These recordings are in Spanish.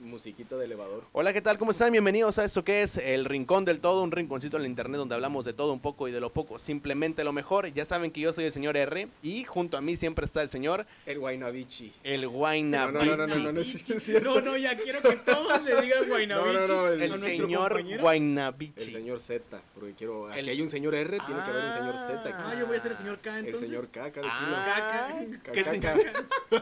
musiquita de elevador. Hola, ¿qué tal? ¿Cómo están? Bienvenidos a esto que es El Rincón del Todo, un rinconcito en la internet donde hablamos de todo un poco y de lo poco, simplemente lo mejor. Ya saben que yo soy el señor R y junto a mí siempre está el señor El Guaynabichi. el Guayna No, no, no, no, no, no, no, sí, sí, es cierto. No, no, ya quiero que todos le digan Guaynabichi. No, no, no, el- a el nuestro señor compañero. El Guaynabichi. señor Z, porque quiero. Aquí El- hay un señor R, tiene que haber un señor Z aquí. Ah, yo voy a ser el señor K El entonces. señor K, cada Ah, K, K. kilo. que K, el K, señor-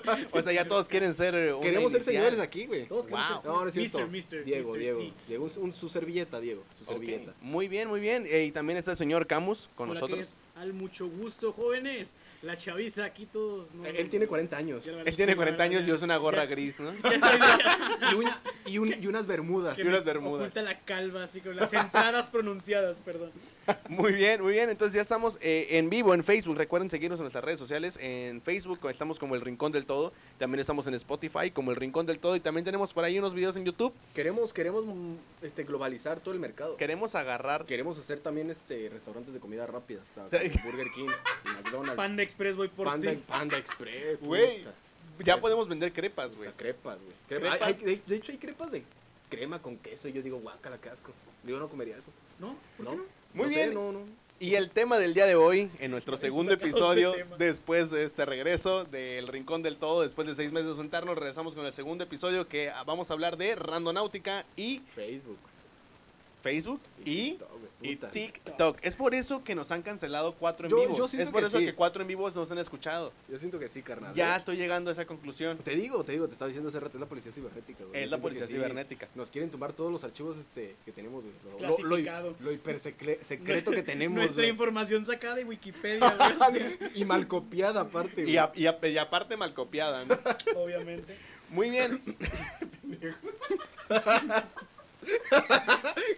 K. O sea, ya todos quieren ser eh, una Queremos ser inicial. señores aquí, güey. Todos queremos Wow. ser- No, no es cierto. Mr., Mr., Diego, Mr., Diego. sí. Diego, un, un- su servilleta, Diego. Su Ok, servilleta. Muy bien, muy bien. Eh, y también está el señor Camus con Hola, nosotros. ¿qué Al mucho gusto, jóvenes. La chaviza aquí todos. ¿no? Él tiene 40 años. Ya la- Él tiene sí, 40 años ya- y usa una gorra ya- gris, ¿no? Ya estoy Y, un- y un- y unas bermudas. Y unas bermudas. Oculta la calva, así con las entradas pronunciadas, perdón. Muy bien, muy bien. Entonces ya estamos eh, en vivo en Facebook. Recuerden seguirnos en nuestras redes sociales. En Facebook estamos como El Rincón del Todo. También estamos en Spotify como El Rincón del Todo. Y también tenemos por ahí unos videos en YouTube. Queremos, queremos mm, este, globalizar todo el mercado. Queremos agarrar. Queremos hacer también este restaurantes de comida rápida. O sea, como Te- Burger King, McDonald's, Panda, Panda Express, voy por Panda, ti. Express. Güey, puta. ya podemos vender crepas, güey. Las crepas, güey. Crepa- Crepas. hay- hay- de, de hecho, hay crepas de crema con queso. Y yo digo, guácala, qué asco. Yo no comería eso. ¿No? ¿Por ¿No? qué no? Muy No sé, bien. no, no. Y el tema del día de hoy, en nuestro segundo Sacamos de episodio, tema. después de este regreso del Rincón del Todo, después de seis meses de sentarnos, regresamos con el segundo episodio que ah, vamos a hablar de Randonáutica y Facebook. Facebook y TikTok, güey, Y puta. TikTok. Es por eso que nos han cancelado cuatro en Yo- yo vivos. siento es por que eso sí. que cuatro en vivos nos han escuchado. Yo siento que sí, carnal. Ya ¿eh? estoy llegando a esa conclusión. Te digo, te digo, te estaba diciendo hace rato, es la policía cibernética, güey. Es Yo la siento policía que cibernética. Nos quieren tumbar todos los archivos este, que tenemos, güey. Lo, lo, lo, Clasificado. lo hipersecle- secreto que tenemos, Nuestra güey. información sacada de Wikipedia, güey, o sea, y mal copiada aparte, güey. Y, a- y a- y aparte mal copiada, ¿no? obviamente. Muy bien.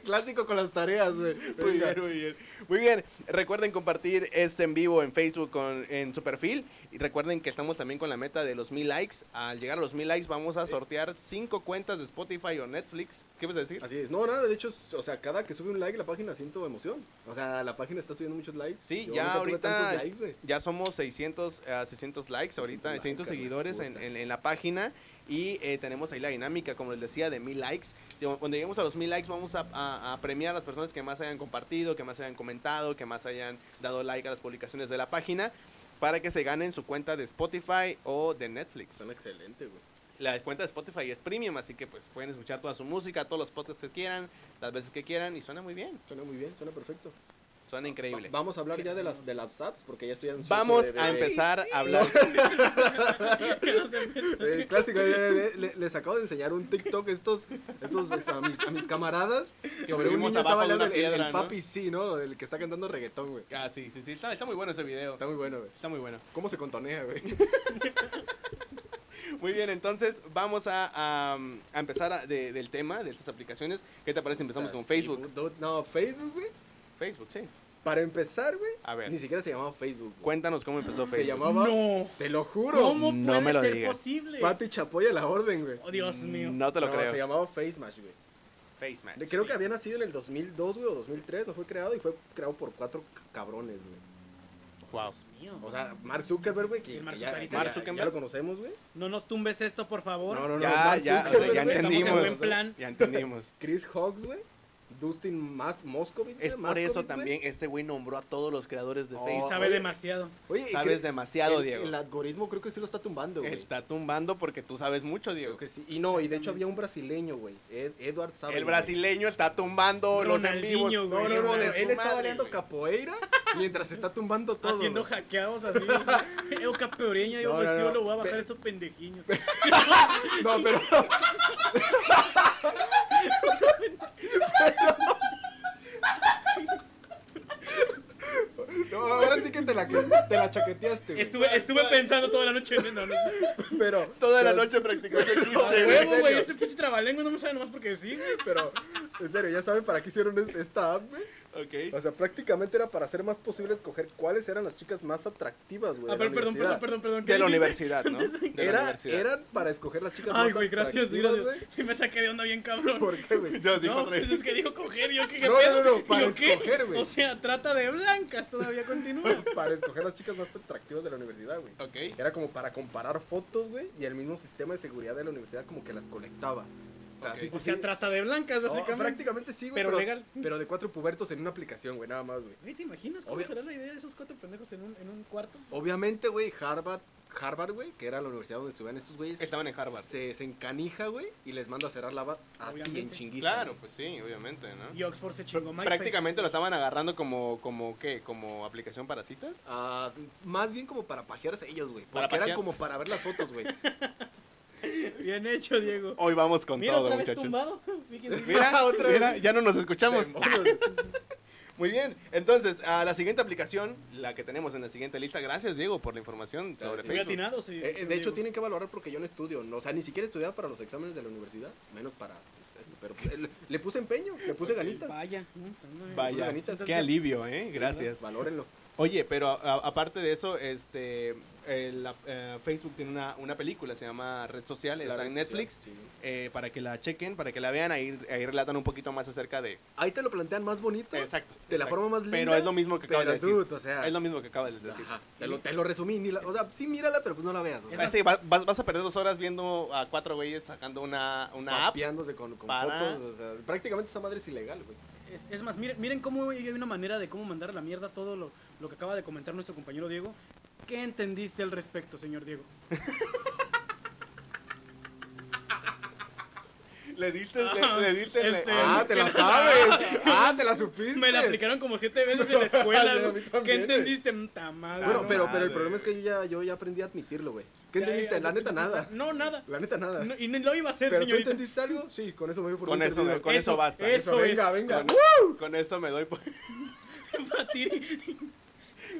Clásico con las tareas, güey. Muy Venga. bien, muy bien. Muy bien. Recuerden compartir este en vivo en Facebook con, en su perfil. Y recuerden que estamos también con la meta de los mil likes. Al llegar a los mil likes vamos a sortear cinco cuentas de Spotify o Netflix. ¿Qué vas a decir? Así es. No, nada, de hecho, o sea, cada que sube un like la página siento emoción. O sea, la página está subiendo muchos likes. Sí, Yo ya nunca tuve ahorita- tantos likes, güey. Ya somos 600, eh, 600 likes ahorita, 600 600 likes, seguidores en, puta. en- en la página. Y eh, tenemos ahí la dinámica, como les decía, de mil likes. Si- Cuando lleguemos a los mil likes, vamos a, a- a premiar a las personas que más hayan compartido, que más hayan comentado, que más hayan dado like a las publicaciones de la página. Para que se ganen su cuenta de Spotify o de Netflix. Están excelentes, güey. La cuenta de Spotify es premium, así que pues pueden escuchar toda su música, todos los podcasts que quieran, las veces que quieran y suena muy bien, Suena muy bien, suena perfecto. suena increíble. Va- vamos a hablar ya de las, de las apps, porque ya estoy ansioso Vamos de- de- a empezar a hablar Que no se metan. Eh, clásico, eh, eh, eh, le- les acabo de enseñar un TikTok a estos, estos este, a, mis, a mis camaradas sobre un vivimos niño está abajo de bailando una el, el- el piedra, ¿no? papi sí, ¿no? El que está cantando reggaetón, güey. Ah, sí, sí, sí. Está, está muy bueno ese video. Está muy bueno, güey. Está muy bueno. ¿Cómo se contonea, güey? Muy bien, entonces vamos a, a, a empezar a- de- del tema de estas aplicaciones. ¿Qué te parece? Empezamos con Sí, Facebook. puto- No, Facebook, güey. Facebook, sí. Para empezar, güey. A ver. Ni siquiera se llamaba Facebook. güey. Cuéntanos cómo empezó Se Facebook. llamaba. No. Te lo juro. ¿Cómo No puede me lo ser digas. posible? Pati Chapoya la orden, güey. Oh, Dios mío. No te lo No, creo. Se llamaba FaceMash, güey. FaceMatch. De- Creo que había nacido en el 2002, güey, o 2003. No fue creado y fue creado por cuatro c- cabrones, güey. Wow. Mío. O sea, Mark Zuckerberg, güey, que, El Mark que ya, Zuckerberg. ya- Mark ya Zuckerberg. lo conocemos, güey. No nos tumbes esto, por favor. No, Ah, no, no. Ya, Mark ya, o sea, Zuckerberg, ya güey. Estamos en entendimos. buen plan. Ya entendimos. Chris Hawks, güey. Dustin Mas Moskovitz. Es güey, por eso Moskovitz, también este güey nombró a todos los creadores de Oh, Sí, Facebook. sabe oye. demasiado. güey. Oye, y Sabes cre- demasiado, el- Diego. El algoritmo creo que sí lo está tumbando, güey. Está tumbando porque tú sabes mucho, Diego. Creo que sí. Y no, y de hecho había un brasileño, güey. Ed- Edward Saber. El brasileño está tumbando los en vivos. Ronaldinho, No, güey. no, no, Hijo no, de su él está madre, bailando güey. capoeira mientras está tumbando todo. Haciendo güey. hackeados así. Yo capeoreña, yo No, me no, no. lo voy a bajar Pe- estos pendejiños. No, pero. Pero- No, ahora sí que te la, te la chaqueteaste. güey. Estuve, estuve pensando toda la noche en no, no. Pero, Toda la pero- noche practicó ese chiste, A güey. huevo, güey, ese pinche trabalengo no me sabe nomás porque sí, güey. Ah, Pero, en serio, ya saben para qué hicieron es- esta app, güey. Ok. O sea, prácticamente era para hacer más posible escoger cuáles eran las chicas más atractivas, güey. Ah, de la pero perdón, perdón, universidad. perdón, perdón. ¿qué De la dijiste? universidad, ¿no? De la Era- universidad. Eran para escoger las chicas Ay, más güey, gracias, atractivas, gracias. Sí me saqué de onda bien güey. cabrón. ¿Por qué, güey? Dios, dijo No, otra vez. pues es que dijo coger, yo qué, qué No, no, pedo. no, no, para Yo, ¿qué? escoger, güey. O sea, trata de blancas, todavía continúa. Para escoger las chicas más atractivas de la universidad, güey. Ok. Era como para comparar fotos, güey, y el mismo sistema de seguridad de la universidad como que las colectaba. O sea, Ok. sí, O pues, sea, sí. trata de blancas, Oh, básicamente. prácticamente sí, güey. pero Pero, legal. pero de cuatro pubertos en una aplicación, güey, nada más, güey. Güey, ¿te imaginas cómo Obvio. será la idea de esos cuatro pendejos en un, en un cuarto? Obviamente, güey, Harvard, Harvard, güey, que era la universidad donde estuvieron estos güeyes. Estaban en Harvard. Se, se encanija, güey, y les manda a cerrar la ba- así Obviamente. en chinguiza. Claro, pues sí, obviamente, ¿no? Y Oxford se chingó más. Prácticamente lo estaban agarrando como, como ¿qué? ¿Como aplicación para citas? Ah, más bien como para pajearse ellos, güey. Para Porque era pajearse. como para ver las fotos, güey. Bien hecho, Diego. Hoy vamos con Mira, todo, otra vez muchachos. tumbado. Fíjense. Mira, Otra mira, vez. ya no nos escuchamos. Demonios. Muy bien, entonces, a la siguiente aplicación, la que tenemos en la siguiente lista. Gracias, Diego, por la información sobre Gracias. Muy Facebook. atinado, sí. Eh, eh, de Diego. hecho, tienen que valorar porque yo no estudio. No, o sea, ni siquiera estudiaba para los exámenes de la universidad, menos para esto. Pero pues, le, le puse empeño, le puse ganitas. Vaya. ¿no? No, Vaya, Ganitas. qué alivio, ¿eh? Gracias. Valórenlo. Oye, pero a- a- aparte de eso, este, el- la- eh, Facebook tiene una, una película, se llama Red Social, La está red en Netflix, social, sí. eh, para que la chequen, para que la vean, ahí, ahí relatan un poquito más acerca de... Ahí te lo plantean más bonito. Exacto. Ah, De la exacto. forma más linda. Pero es lo mismo que acabas de pero, decir. dude, o sea, Es lo mismo que acabas de decir. ajá, te, lo, te lo resumí. ni la- o sea, sí mírala, pero pues no la veas. O Ah, sea, sí, va- vas, vas a perder dos horas viendo a cuatro güeyes sacando una, una app. papeándose con, con para- fotos. O sea, prácticamente esa madre es ilegal, güey. Es, es más, miren, miren cómo hay una manera de cómo mandar a la mierda todo lo, lo que acaba de comentar nuestro compañero Diego. ¿Qué entendiste al respecto, señor Diego? Le diste, Ajá, le, le diste. le- este, Ah, Ah, te la sabes. Ah, te la supiste. Me la aplicaron como siete veces en la escuela. A mí güey. ¿Qué también, entendiste? Puta madre, Bueno, no pero, mames. pero el madre, problema es que yo ya, yo ya aprendí a admitirlo, güey. ¿Qué Ya, entendiste? ya, la no, neta, nada. No, nada. La neta, nada. No, y no lo iba a hacer, ¿Pero tú señorita. entendiste algo? Sí, con eso me voy por Con un eso, servidor. con eso, Eso, basta. eso. venga, venga. Con, con eso me doy por. Para ti.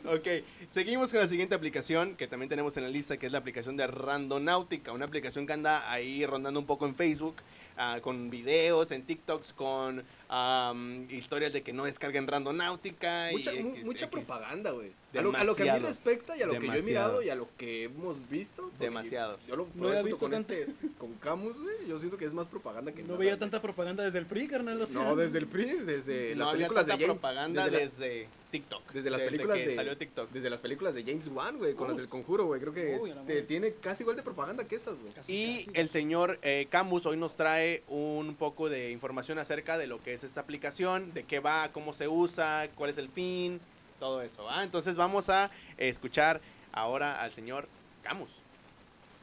Ok, seguimos con la siguiente aplicación que también tenemos en la lista, que es la aplicación de Randonáutica, una aplicación que anda ahí rondando un poco en Facebook, ah, con videos, en TikToks, con am, historias de que no descarguen Randonáutica. Mucha, y mu- X, mucha X. propaganda, güey. A lo, a lo que a mí Demasiado. respecta y a lo que yo he Demasiado. mirado y a lo que hemos visto. porque Demasiado. Yo lo No había probé junto visto con tanto. este, con Camus, güey. Yo siento que es más propaganda que No nada, veía güey. tanta propaganda desde el PRI, carnal. o sea. No, desde el PRI, desde No eh, las había películas tanta de James, propaganda desde, desde, la- TikTok. desde las películas que de- salió TikTok. desde las películas de James Wan, güey, con las Uf. del Conjuro, güey. Creo que Uy, a la te- madre. tiene casi igual de propaganda que esas, güey. Casi, Y casi. el señor eh, Camus hoy nos trae un poco de información acerca de lo que es esta aplicación, de qué va, cómo se usa, cuál es el fin, todo eso. ¿va? Entonces vamos a escuchar ahora al señor Camus.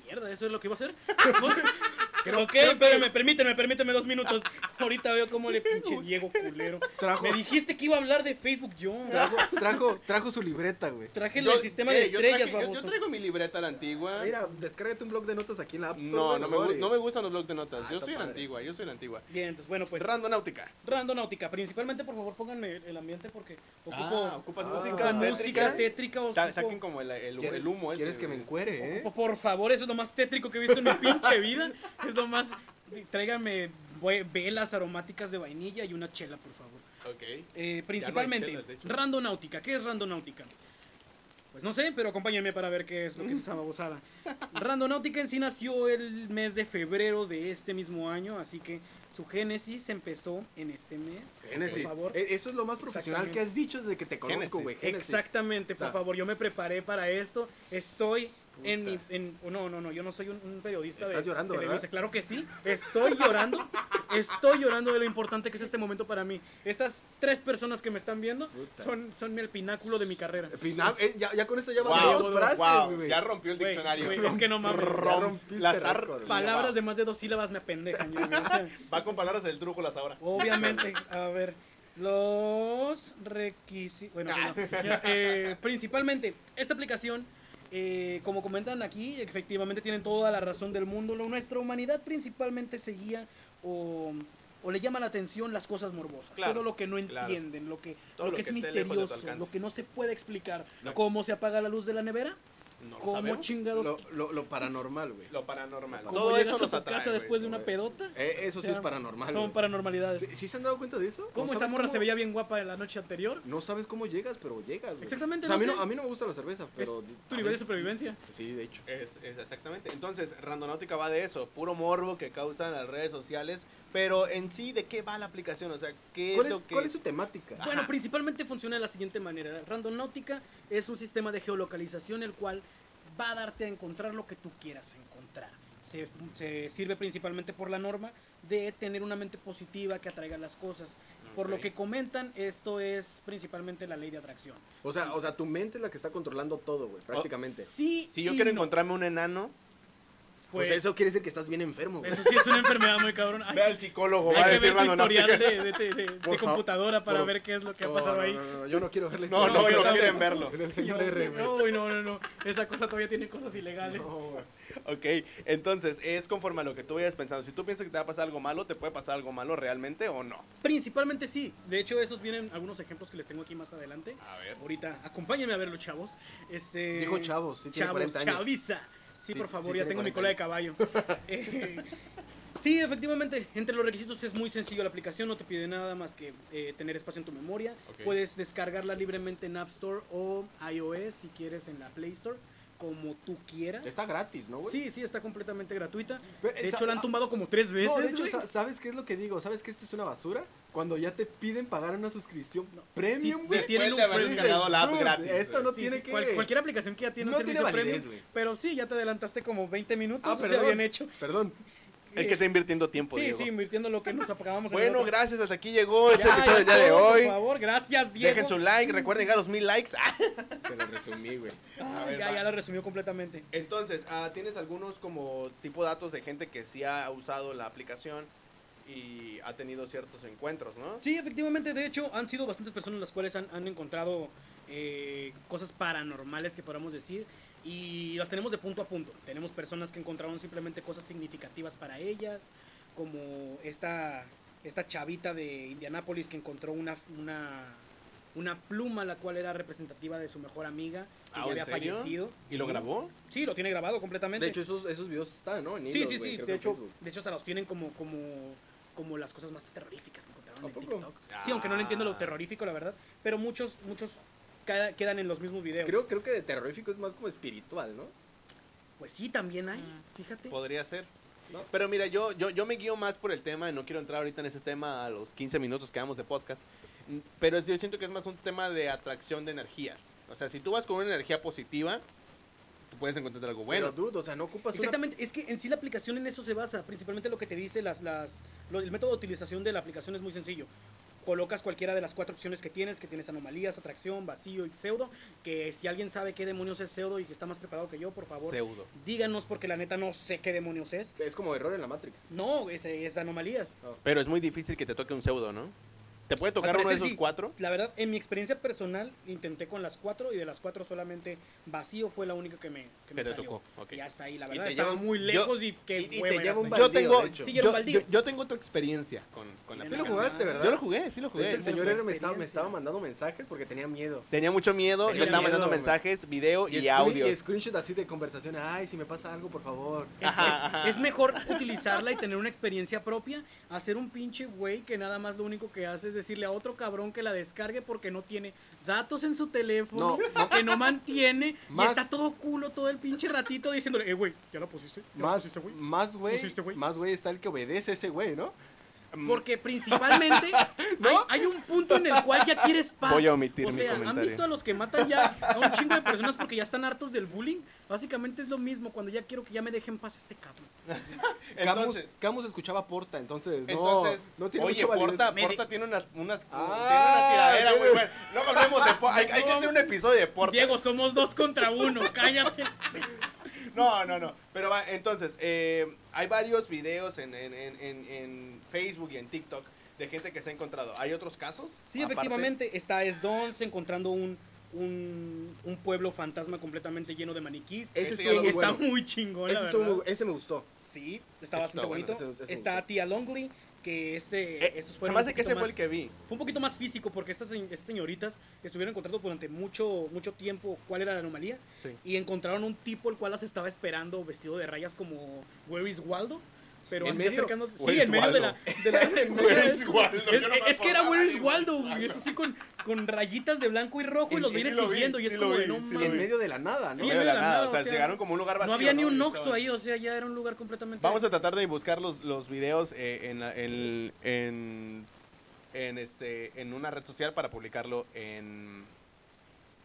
Mierda, eso es lo que iba a hacer. ok, espérame, permíteme, permíteme dos minutos. Ahorita veo cómo le pinche Diego culero. Trajo, Me dijiste que iba a hablar de Facebook yo. trajo, trajo, trajo su libreta, güey. Traje el sistema de eh, yo estrellas, traje- yo- baboso. Yo, traigo mi libreta a la antigua. Mira, pues, descárgate un blog de notas aquí en la App Store. Ah. no, güey, no me, gu- vale. no me gustan los blogs de notas. Ah, yo está soy la padre. antigua, yo soy la antigua. Bien, entonces, bueno, pues. Randonáutica. Randonáutica, principalmente, por favor, pónganme el ambiente porque Ah, ocupo ocupas ah, música ocupo tétrica. música tétrica. Sa- ocupo- Saquen como el, el- ¿Quieres- el humo ese. ¿Quieres que me güey. encuere, eh? ocupo, por favor, eso es lo más tétrico que he visto en mi pinche vida. Es lo más. Tráiganme güey, velas aromáticas de vainilla y una chela, por favor. Ok. Eh, principalmente, chelas, de hecho. randonáutica. ¿Qué es randonáutica? Pues no sé, pero acompáñenme para ver qué es lo que es esa babosada. Randonáutica en sí nació el mes de febrero de este mismo año, así que su génesis empezó en este mes. Génesis. Por favor. E- Eso es lo más profesional que has dicho desde que te conozco, güey. Génesis. Génesis. Exactamente, O sea, por favor, yo me preparé para esto. Estoy en mi... Puta. en- oh, no, no, no, yo no soy un, un periodista. Estás de llorando, ¿verdad? Televisa. Claro que sí, estoy llorando. estoy llorando de lo importante que es este momento para mí. Estas tres personas que me están viendo Puta. son, son el pináculo de mi carrera. Pina- eh, ya, ya con eso ya van Guau, dos guau, frases, güey. ya rompió el Güey, diccionario. güey, es que no mames. Ya Rom, rompiste las está- récord, güey. Palabras Wow. de más de dos sílabas me apendejan. yo, güey, o sea, Va con palabras del las ahora. Oh, Obviamente, a ver. Los requisitos. Bueno, Ah. no, no. Eh, principalmente, esta aplicación, eh, como comentan aquí, efectivamente tienen toda la razón del mundo. Lo- Nuestra humanidad principalmente se guía o, o le llama la atención las cosas morbosas. Claro, todo lo que no claro. entienden, lo que, Todo lo lo que que es esté lejos de tu misterioso, alcance. lo que no se puede explicar. Exacto. ¿Cómo se apaga la luz de la nevera? No lo ¿Cómo sabemos. chingados? Lo, lo, lo paranormal, güey. Lo paranormal. ¿Cómo Todo eso llegas a los tu atrae. casa güey. después de una güey. pedota? Eh, eso O sí sea, es paranormal. Son güey. paranormalidades. ¿Sí, sí se han dado cuenta de eso? ¿Cómo ¿No esa sabes morra cómo- se veía bien guapa la noche anterior? No sabes cómo llegas, pero llegas, güey. Exactamente, O sea, a, no mí sé. no, a mí no me gusta la cerveza, pero. es tu nivel de supervivencia. Sí, de hecho. Es, es exactamente. Entonces, Randonáutica va de eso, puro morbo que causan las redes sociales, pero en sí, ¿de qué va la aplicación? O sea, ¿qué ¿Cuál es es, lo que...? Ah. cuál es su temática? Ajá. Bueno, principalmente funciona de la siguiente manera. Randonáutica es un sistema de geolocalización el cual va a darte a encontrar lo que tú quieras encontrar. se, se sirve principalmente por la norma de tener una mente positiva que atraiga las cosas. Por lo Ok. que comentan, esto es principalmente la ley de atracción. O sea, o sea, tu mente es la que está controlando todo, güey, prácticamente. Sí, Si yo y quiero no. encontrarme un enano, pues, Pues, eso quiere decir que estás bien enfermo, güey. eso sí es una enfermedad muy cabrón. Hay, ve al psicólogo, hay va a que decir, ver tu mano, no. historial de, de- de- de- de Por favor. computadora para Por- ver qué es lo que ha No, pasado no, ahí. No, no, no, yo no quiero ver la No, historia. no, yo no tampoco. quieren verlo. Del No, señor R, güey. no, no, no, no. Esa cosa todavía tiene cosas ilegales. No, güey. Ok, entonces es conforme a lo que tú vayas pensando. Si tú piensas que te va a pasar algo malo, ¿te puede pasar algo malo realmente o no? Principalmente sí. De hecho, esos vienen algunos ejemplos que les tengo aquí más adelante. A ver. Ahorita, acompáñenme a verlo, chavos. Este, Dijo chavos, sí tiene 40 años. Chaviza. Sí, Sí, por favor, sí ya tiene tengo mi 40 cola de caballo. Eh, sí, efectivamente, entre los requisitos es muy sencillo la aplicación, no te pide nada más que eh, tener espacio en tu memoria. Ok. Puedes descargarla libremente en App Store o iOS si quieres en la Play Store, como tú quieras. Está gratis, ¿no, güey? Sí, sí, está completamente gratuita. Pero De esa- hecho, la han tumbado como tres veces. No, de hecho, güey. sa- ¿sabes qué es lo que digo? ¿Sabes que esto es una basura? Cuando ya te piden pagar una suscripción premium, Sí, güey. sí, tienen Después un de haber precio. descargado la app Dude, gratis. Esto güey. no Sí, tiene sí, que... cual- cualquier aplicación que ya tiene No un tiene servicio validez, premium, güey. pero sí, ya te adelantaste como 20 minutos, Ah, eso se perdón. habían hecho. Eh, Perdón. El que está invirtiendo tiempo, Sí, Diego. sí, invirtiendo lo que nos acabamos. en Bueno, otro. gracias. Hasta aquí llegó este Ya, episodio del ya día de todo, hoy. Por favor, gracias, Diego. Dejen su like. Recuerden llegar a los mil likes. Ah. Se lo resumí, güey. Ah, A ver, ya, va. ya lo resumió completamente. Entonces, ah, ¿tienes algunos como tipo datos de gente que sí ha usado la aplicación y ha tenido ciertos encuentros, no? Sí, efectivamente, de hecho, han sido bastantes personas las cuales han, han encontrado eh, cosas paranormales que podamos decir y las tenemos de punto a punto. Tenemos personas que encontraron simplemente cosas significativas para ellas, como esta, esta chavita de Indianápolis que encontró una, una, una pluma la cual era representativa de su mejor amiga que Ah, ¿en ya había serio? fallecido. ¿Y lo grabó? Sí, lo tiene grabado completamente. De hecho, esos, esos videos están, ¿no? En Sí, hilos, sí, güey, sí. creo De que en hecho, Facebook. de hecho, hasta los tienen como, como, como las cosas más terroríficas que encontraron ¿A en poco? TikTok. Sí, aunque no le entiendo lo terrorífico, la verdad. Pero muchos, muchos ca- quedan en los mismos videos. Creo, creo que de terrorífico es más como espiritual, ¿no? Pues sí, también hay. Fíjate. Podría ser. No. Pero mira, yo, yo, yo me guío más por el tema, y no quiero entrar ahorita en ese tema a los 15 minutos que damos de podcast, mm, pero es- yo siento que es más un tema de atracción de energías. O sea, si tú vas con una energía positiva, tú puedes encontrar algo bueno. Pero, dude, o sea, no ocupas una- Pues Exactamente, es que en sí la aplicación en eso se basa. Principalmente lo que te dice, las, las, lo- el método de utilización de la aplicación es muy sencillo. Colocas cualquiera de las cuatro opciones que tienes, que tienes anomalías, atracción, vacío y pseudo. Que si alguien sabe qué demonios es pseudo y que está más preparado que yo, por favor, Pseudo. díganos porque la neta no sé qué demonios es. Es como error en la Matrix. No, es, es anomalías. Pero es muy difícil que te toque un pseudo, ¿no? ¿Te puede tocar Al uno de parecer esos sí. cuatro? La verdad, en mi experiencia personal, intenté con las cuatro y de las cuatro solamente vacío fue la única que me, que me Que te salió. tocó, ok. Y hasta ahí, la verdad, te estaba lleva- muy lejos y que y- y te lleva un Yo Baldío, tengo, de hecho. yo, Sí, era un baldío. yo- yo tengo otra experiencia con, con la Sí Sí aplicación. lo jugaste, ¿verdad? Yo lo jugué, sí De lo hecho, jugué. el Esa es señor una R me estaba, me experiencia. estaba mandando mensajes porque tenía miedo. Tenía mucho miedo, Tenía le estaba miedo, mandando güey. mensajes, video y, screen- audio. Y screenshot así de conversación. Ay, si me pasa algo, por favor. Es, es- es mejor utilizarla y tener una experiencia propia, hacer un pinche güey que nada más lo único que hace es decirle a otro cabrón que la descargue porque no tiene datos en su teléfono, que no mantiene, y Más- está todo culo todo el pinche ratito diciéndole, eh, güey, ¿ya la pusiste? ¿Ya la Más, pusiste, güey? más güey, ¿Pusiste, güey? más güey está el que obedece ese güey, ¿no? Mm. Porque principalmente hay, hay un punto en el cual ya quieres paz. Voy a omitir o mi sea, comentario. ¿han visto a los que matan ya a un chingo de personas porque ya están hartos del bullying? Básicamente es lo mismo, cuando ya quiero que ya me dejen paz este cabrón. Camus, Entonces, Camus escuchaba Porta, entonces, no, Entonces, no tiene oye, mucha validez. Porta, Me di- Porta tiene unas, unas Ah, tiene una tiradera muy sí. buena. No hablemos de Porta, hay, hay que hacer un episodio de Porta. Diego, somos dos contra uno, cállate. No, no, no. Pero va, entonces, eh, hay varios videos en, en, en, en- en Facebook y en TikTok de gente que se ha encontrado. ¿Hay otros casos? Sí, Aparte, efectivamente, está Esdons encontrando un, un, un pueblo fantasma completamente lleno de maniquís. Ese Ese estuvo ya lo- muy está bueno. muy chingón, la Ese, estuvo verdad. muy- ese me gustó. Sí, está Está bastante bueno, bonito. ese- ese está me gusta. Tía Longley, que este... eh, esos se fueron me un hace que ese poquito fue el más- que vi. Fue un poquito más físico porque estas, se- estas señoritas estuvieron encontrando durante mucho, mucho tiempo cuál era la anomalía Sí. y encontraron un tipo el cual las estaba esperando vestido de rayas como Where is Waldo. Pero ¿En así medio? acercándose. Sí, Where is en medio de la. de la- en medio Where de- is Waldo, yo Es, no me es que era acordaba Where de is Where is Waldo. Y es Waldo. así con, con rayitas de blanco y rojo y Y- los y viene sí lo vi, siguiendo. y es sí lo como de vi, no sí lo mames. En medio de la nada, ¿no? Sí, No, de medio la de la nada, nada, o sea, o sea, llegaron como un lugar vacío. No había ni un Y Oxxo estaban- ahí, o sea, ya era un lugar completamente. Vamos a tratar de buscar los, los videos eh, en, la- en, en, en, este, en una red social para publicarlo en,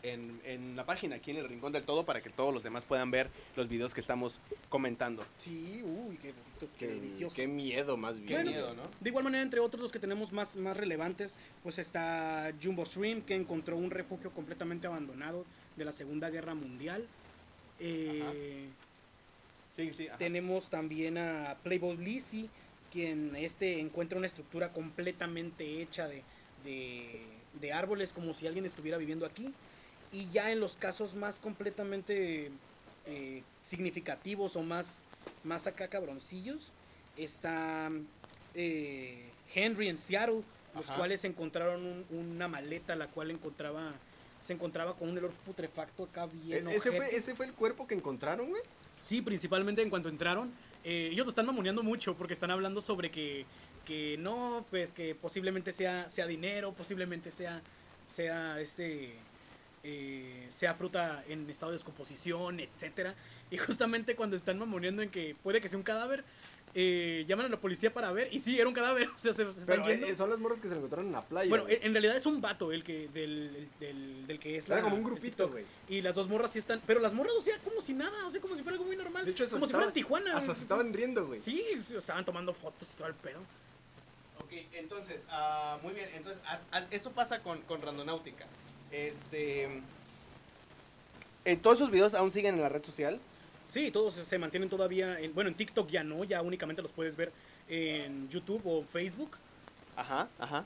en, en la página, aquí en el Rincón del Todo, para que todos los demás puedan ver los videos que estamos comentando. Sí, uy, qué bonito, qué, Qué, delicioso. qué miedo, más bien. Qué Bueno. miedo, ¿no? De igual manera, entre otros los que tenemos más, más relevantes, pues está Jumbo Stream, que encontró un refugio completamente abandonado de la Segunda Guerra Mundial. Eh, Sí, sí. ajá. tenemos también a Playboy Lizzy, quien este encuentra una estructura completamente hecha de, de- de árboles, como si alguien estuviera viviendo aquí. Y ya en los casos más completamente eh, significativos o más, más acá cabroncillos, está eh, Henry en Seattle, los Ajá. cuales encontraron un- una maleta la cual encontraba se encontraba con un olor putrefacto acá bien Es- E-, ese, ojete. fue, ese fue el cuerpo que encontraron, güey. Sí, principalmente en cuanto entraron. eh, ellos lo están mamoneando mucho porque están hablando sobre que, que no, pues que posiblemente sea, sea dinero, posiblemente sea, sea este. eh, sea fruta en estado de descomposición, etcétera. Y justamente cuando están mamoneando en que puede que sea un cadáver, eh, llaman a la policía para ver. Y sí, era un cadáver. O sea, se, se están Pero yendo. eh, son las morras que se lo encontraron en la playa. Bueno, güey. en en realidad es un vato el que del, del, del- del que es era la- como un el grupito, TikTok. güey. Y las dos morras sí están. Pero las morras, o sea, como si nada, o sea, como si fuera algo muy normal. De hecho, hasta como si estaban- fuera en Tijuana. Hasta güey. se estaban riendo, güey. Sí, sí, estaban tomando fotos y todo el pedo. Ok, entonces, ah, muy bien. Entonces, a- a- eso pasa con, con Randonáutica. Este. eh, todos esos videos aún siguen en la red social. Sí, todos se- se mantienen todavía. En, bueno, en TikTok ya no, ya únicamente los puedes ver en YouTube o Facebook. Ajá, ajá.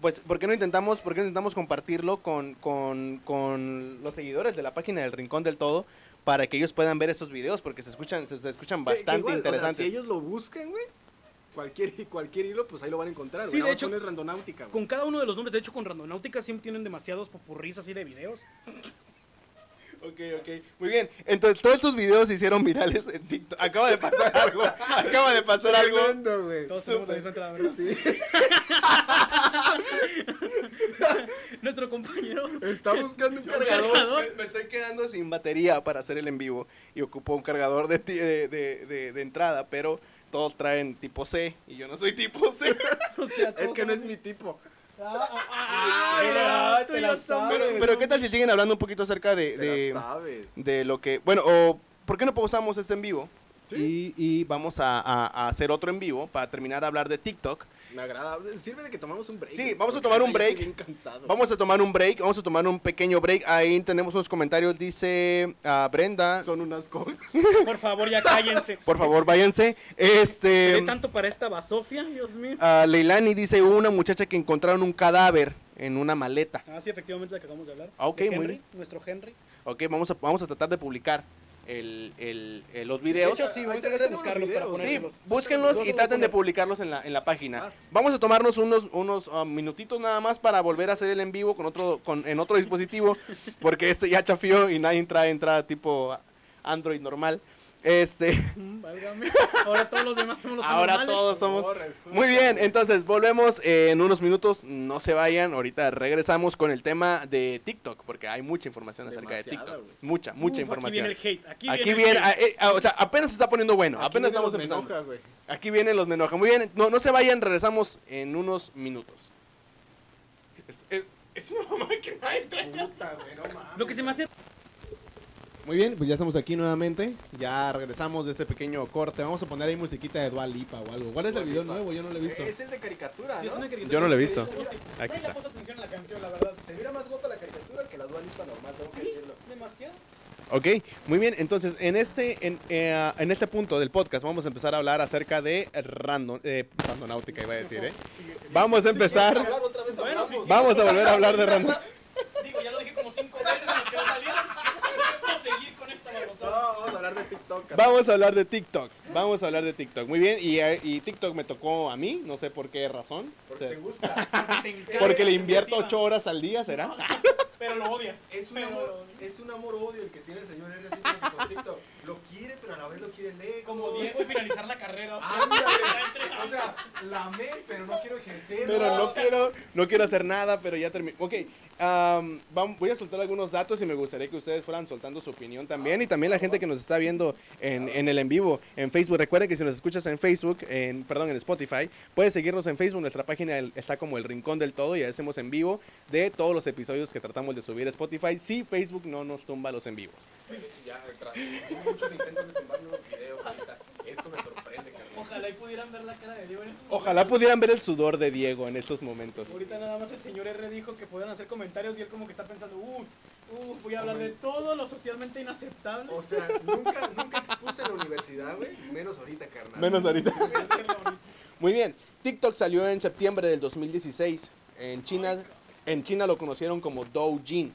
Pues, ¿por qué no intentamos, por qué no intentamos compartirlo con, con- con los seguidores de la página del Rincón del Todo para que ellos puedan ver estos videos? Porque se escuchan, se, se escuchan Que- que bastante igual, o sea, interesantes. si ellos lo buscan, güey, cualquier, cualquier hilo, pues ahí lo van a encontrar. güey. Sí, de Nada más hecho, pones randonáutica, güey. Con cada uno de los nombres, de hecho, con Randonáutica siempre tienen demasiados popurrís así de videos. Ok, ok. Muy bien. Entonces, todos estos videos se hicieron virales en TikTok. Acaba de pasar algo. Acaba de pasar algo. Tremendo, güey. Todos tenemos la Súper. misma entrada, ¿verdad? Sí, Nuestro compañero. está buscando un cargador. cargador. Me, me estoy quedando sin batería para hacer el en vivo y ocupo un cargador de, ti- de, de- de- de entrada, pero todos traen tipo C y yo no soy tipo C. o sea, Es todos que no es somos- mi tipo. Ah, ah, ah, Mira, ah, te tú y la yo somos- pero, pero ¿qué tal si siguen hablando un poquito acerca de, Te de, la sabes. de lo que... Bueno, o ¿por qué no pausamos este en vivo? Sí. Y, y vamos a, a- a hacer otro en vivo para terminar de hablar de TikTok. Me agrada. Sirve de que tomamos un break. Sí, güey, vamos a porque tomar un ahorita ya break. estoy bien cansado. Vamos a tomar un break, vamos a tomar un pequeño break. Ahí tenemos unos comentarios, dice ah, Brenda. Son unas cosas. Por favor, ya cállense. Por favor, váyanse. Este... ¿Qué tanto para esta basofia, Dios mío? Ah, Leilani dice, hubo una muchacha que encontraron un cadáver en una maleta. Ah, sí, efectivamente la que acabamos de hablar. Ah, ok, De muy Henry, bien. Nuestro Henry. Ok, vamos a, vamos a tratar de publicar el- el- el- los De videos. hecho, sí, voy a tratar de buscarlos para Sí, ponerlos. búsquenlos y Los- traten de publicarlos en la, en la página. Ah. Vamos a tomarnos unos, unos ah, minutitos nada más para volver a hacer el en vivo con otro, con, en otro dispositivo, porque este ya chafió y nadie trae entrada tipo Android normal. Este, Mm, válgame. Ahora todos los demás somos los ahora animales. todos somos... Muy bien, entonces volvemos eh, en unos minutos. No se vayan, ahorita regresamos con el tema de TikTok, porque hay mucha información acerca de Demasiada, TikTok. güey. Mucha, mucha Uf, información. Aquí viene el hate. Aquí, Aquí viene. viene, el ah, hate. eh, ah, o sea, apenas se está poniendo bueno, apenas estamos en empezando. enoja, güey. Aquí vienen los menoja. Muy bien, no, no se vayan, regresamos en unos minutos. Es, es- es una mamá que nadie trae. ah, Lo que se me hace. Muy bien, pues ya estamos aquí nuevamente. Ya regresamos de este pequeño corte. Vamos a poner ahí musiquita de Dua Lipa o algo. ¿Cuál es el video nuevo? Yo no lo he visto. Es el de caricatura, Sí, es ¿no? una caricatura. Yo no lo he visto. Aquí Nadie está. le puso atención a la canción, la verdad. Se mira más guapa la caricatura que la Dua Lipa normal, tengo que Sí, decirlo. demasiado. Ok, muy bien. Entonces, en este, en, eh, en este punto del podcast vamos a empezar a hablar acerca de random, eh, randonáutica, iba a decir, ¿eh? Sí, Vamos a empezar. Si quieres hablar otra vez Bueno, hablamos. si Vamos a volver a hablar de random. Digo, ya lo dije como cinco veces en los que no salieron. Así que puedo seguir con esta No, babosada. vamos a hablar de TikTok. carnal. Vamos a hablar de TikTok. Vamos a hablar de TikTok. Muy bien. Y, eh, y TikTok me tocó a mí, no sé por qué razón. Porque O te sea, gusta. Porque te encanta porque le la invierto iniciativa, 8 horas al día, ¿será? Pero lo odia. Es un Pero lo amor, odia. es un amor odio el que tiene el señor R. así como que con TikTok. Lo quiere, pero a la vez lo quiere leer. Como Diego y finalizar la carrera. Ah, o sea, está entre- Ándale. O sea, la amé, pero no quiero ejercerla. Pero no quiero, no quiero hacer nada, pero ya terminé. Ok, am, vam- voy a soltar algunos datos y me gustaría que ustedes fueran soltando su opinión también. Y también la gente que nos está viendo en, en el en vivo, en Facebook. Recuerda que si nos escuchas en Facebook, en, perdón, en Spotify, puedes seguirnos en Facebook. Nuestra página el- está como el Rincón del Todo y hacemos en vivo de todos los episodios que tratamos de subir a Spotify. Si Facebook no nos tumba los en vivo. Ya, tras muchos intentos de tumbar nuevos videos ahorita. Esto me sorprende, carnal. Ojalá y pudieran ver la cara de Diego en estos Ojalá pudieran ver el sudor de Diego en estos momentos. Ahorita nada más el señor R dijo que podían hacer comentarios y él como que está pensando, uh, uh, voy a hablar de todo lo socialmente inaceptable. O sea, nunca, nunca expuse la universidad, güey. Menos ahorita, carnal. Menos ahorita. Voy a hacerlo ahorita. Muy bien, TikTok salió en septiembre del 2016. En China, en China lo conocieron como Doujin.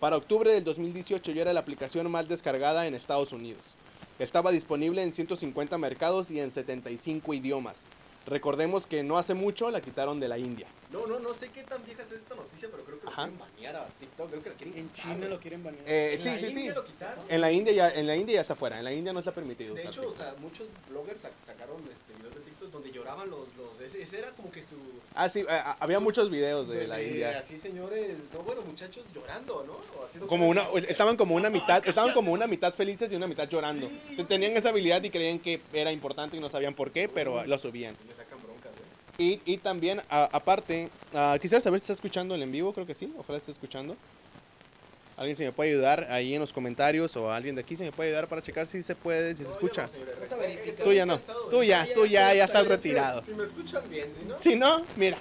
Para octubre del 2018 ya era la aplicación más descargada en Estados Unidos. Estaba disponible en 150 mercados y en 75 idiomas. Recordemos que no hace mucho la quitaron de la India. No, no, no sé qué tan vieja es esta noticia, pero creo que Ajá. lo quieren banear a TikTok. Creo que lo quieren En quitar, China güey. Ah, lo quieren banear. Eh, En sí, la sí, sí. India lo quitaron. En la India ya, en la India ya está fuera. En la India no está permitido. De usar hecho, o TikTok. sea, muchos bloggers sac- sacaron este, videos de TikTok donde lloraban los... los ese, ese era como que su... ah, sí, ah, ah, había muchos videos de la de- India. Así, señores, no, bueno, muchachos llorando, ¿no? O haciendo Como una, caras. estaban como una mitad, estaban como una mitad felices y una mitad llorando. Sí. Tenían esa habilidad y creían que era importante y no sabían por qué, pero lo subían. Y le sacan broncas, güey. Y, y también, a- aparte, ah, quisiera saber si está escuchando el en vivo, creo que sí, ojalá esté escuchando. Alguien se me puede ayudar ahí en los comentarios o alguien de aquí se me puede ayudar para checar si se puede, si se No, escucha. yo no, señora, Vas a eh, verificar. estoy Tú ya no, cansado de- tú ya, tú ya, ya estás Oye, retirado. Si me escuchan bien, si no... Si no, mira,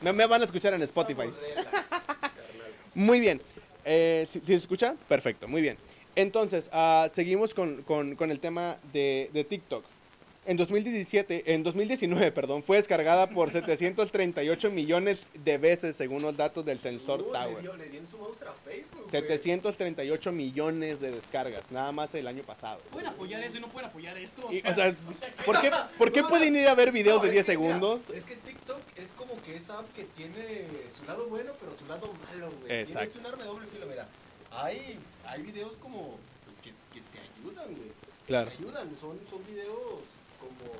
me, me van a escuchar en Spotify. Vamos, relax, carnal. Muy bien. Eh, ¿sí, sí se escucha? Perfecto, muy bien. Entonces, ah, seguimos con, con- con el tema de, de TikTok. En 2017, en 2019, perdón, fue descargada por 738 millones de veces según los datos del sensor Uh, Le Tower. dio, le dio en su mouse a Facebook, güey. 738 millones de descargas, nada más el año pasado. Pueden apoyar eso y no pueden apoyar esto. O Y, sea, o sea, ¿por qué, por qué pueden ir a ver videos No, de es 10 que, mira, segundos? es que TikTok es como que esa app que tiene su lado bueno, pero su lado malo, güey. Tiene- Exacto. Es un arma de doble filo, mira. Hay, hay videos como pues, que, que te ayudan, güey. Claro. Te ayudan. Son, son videos como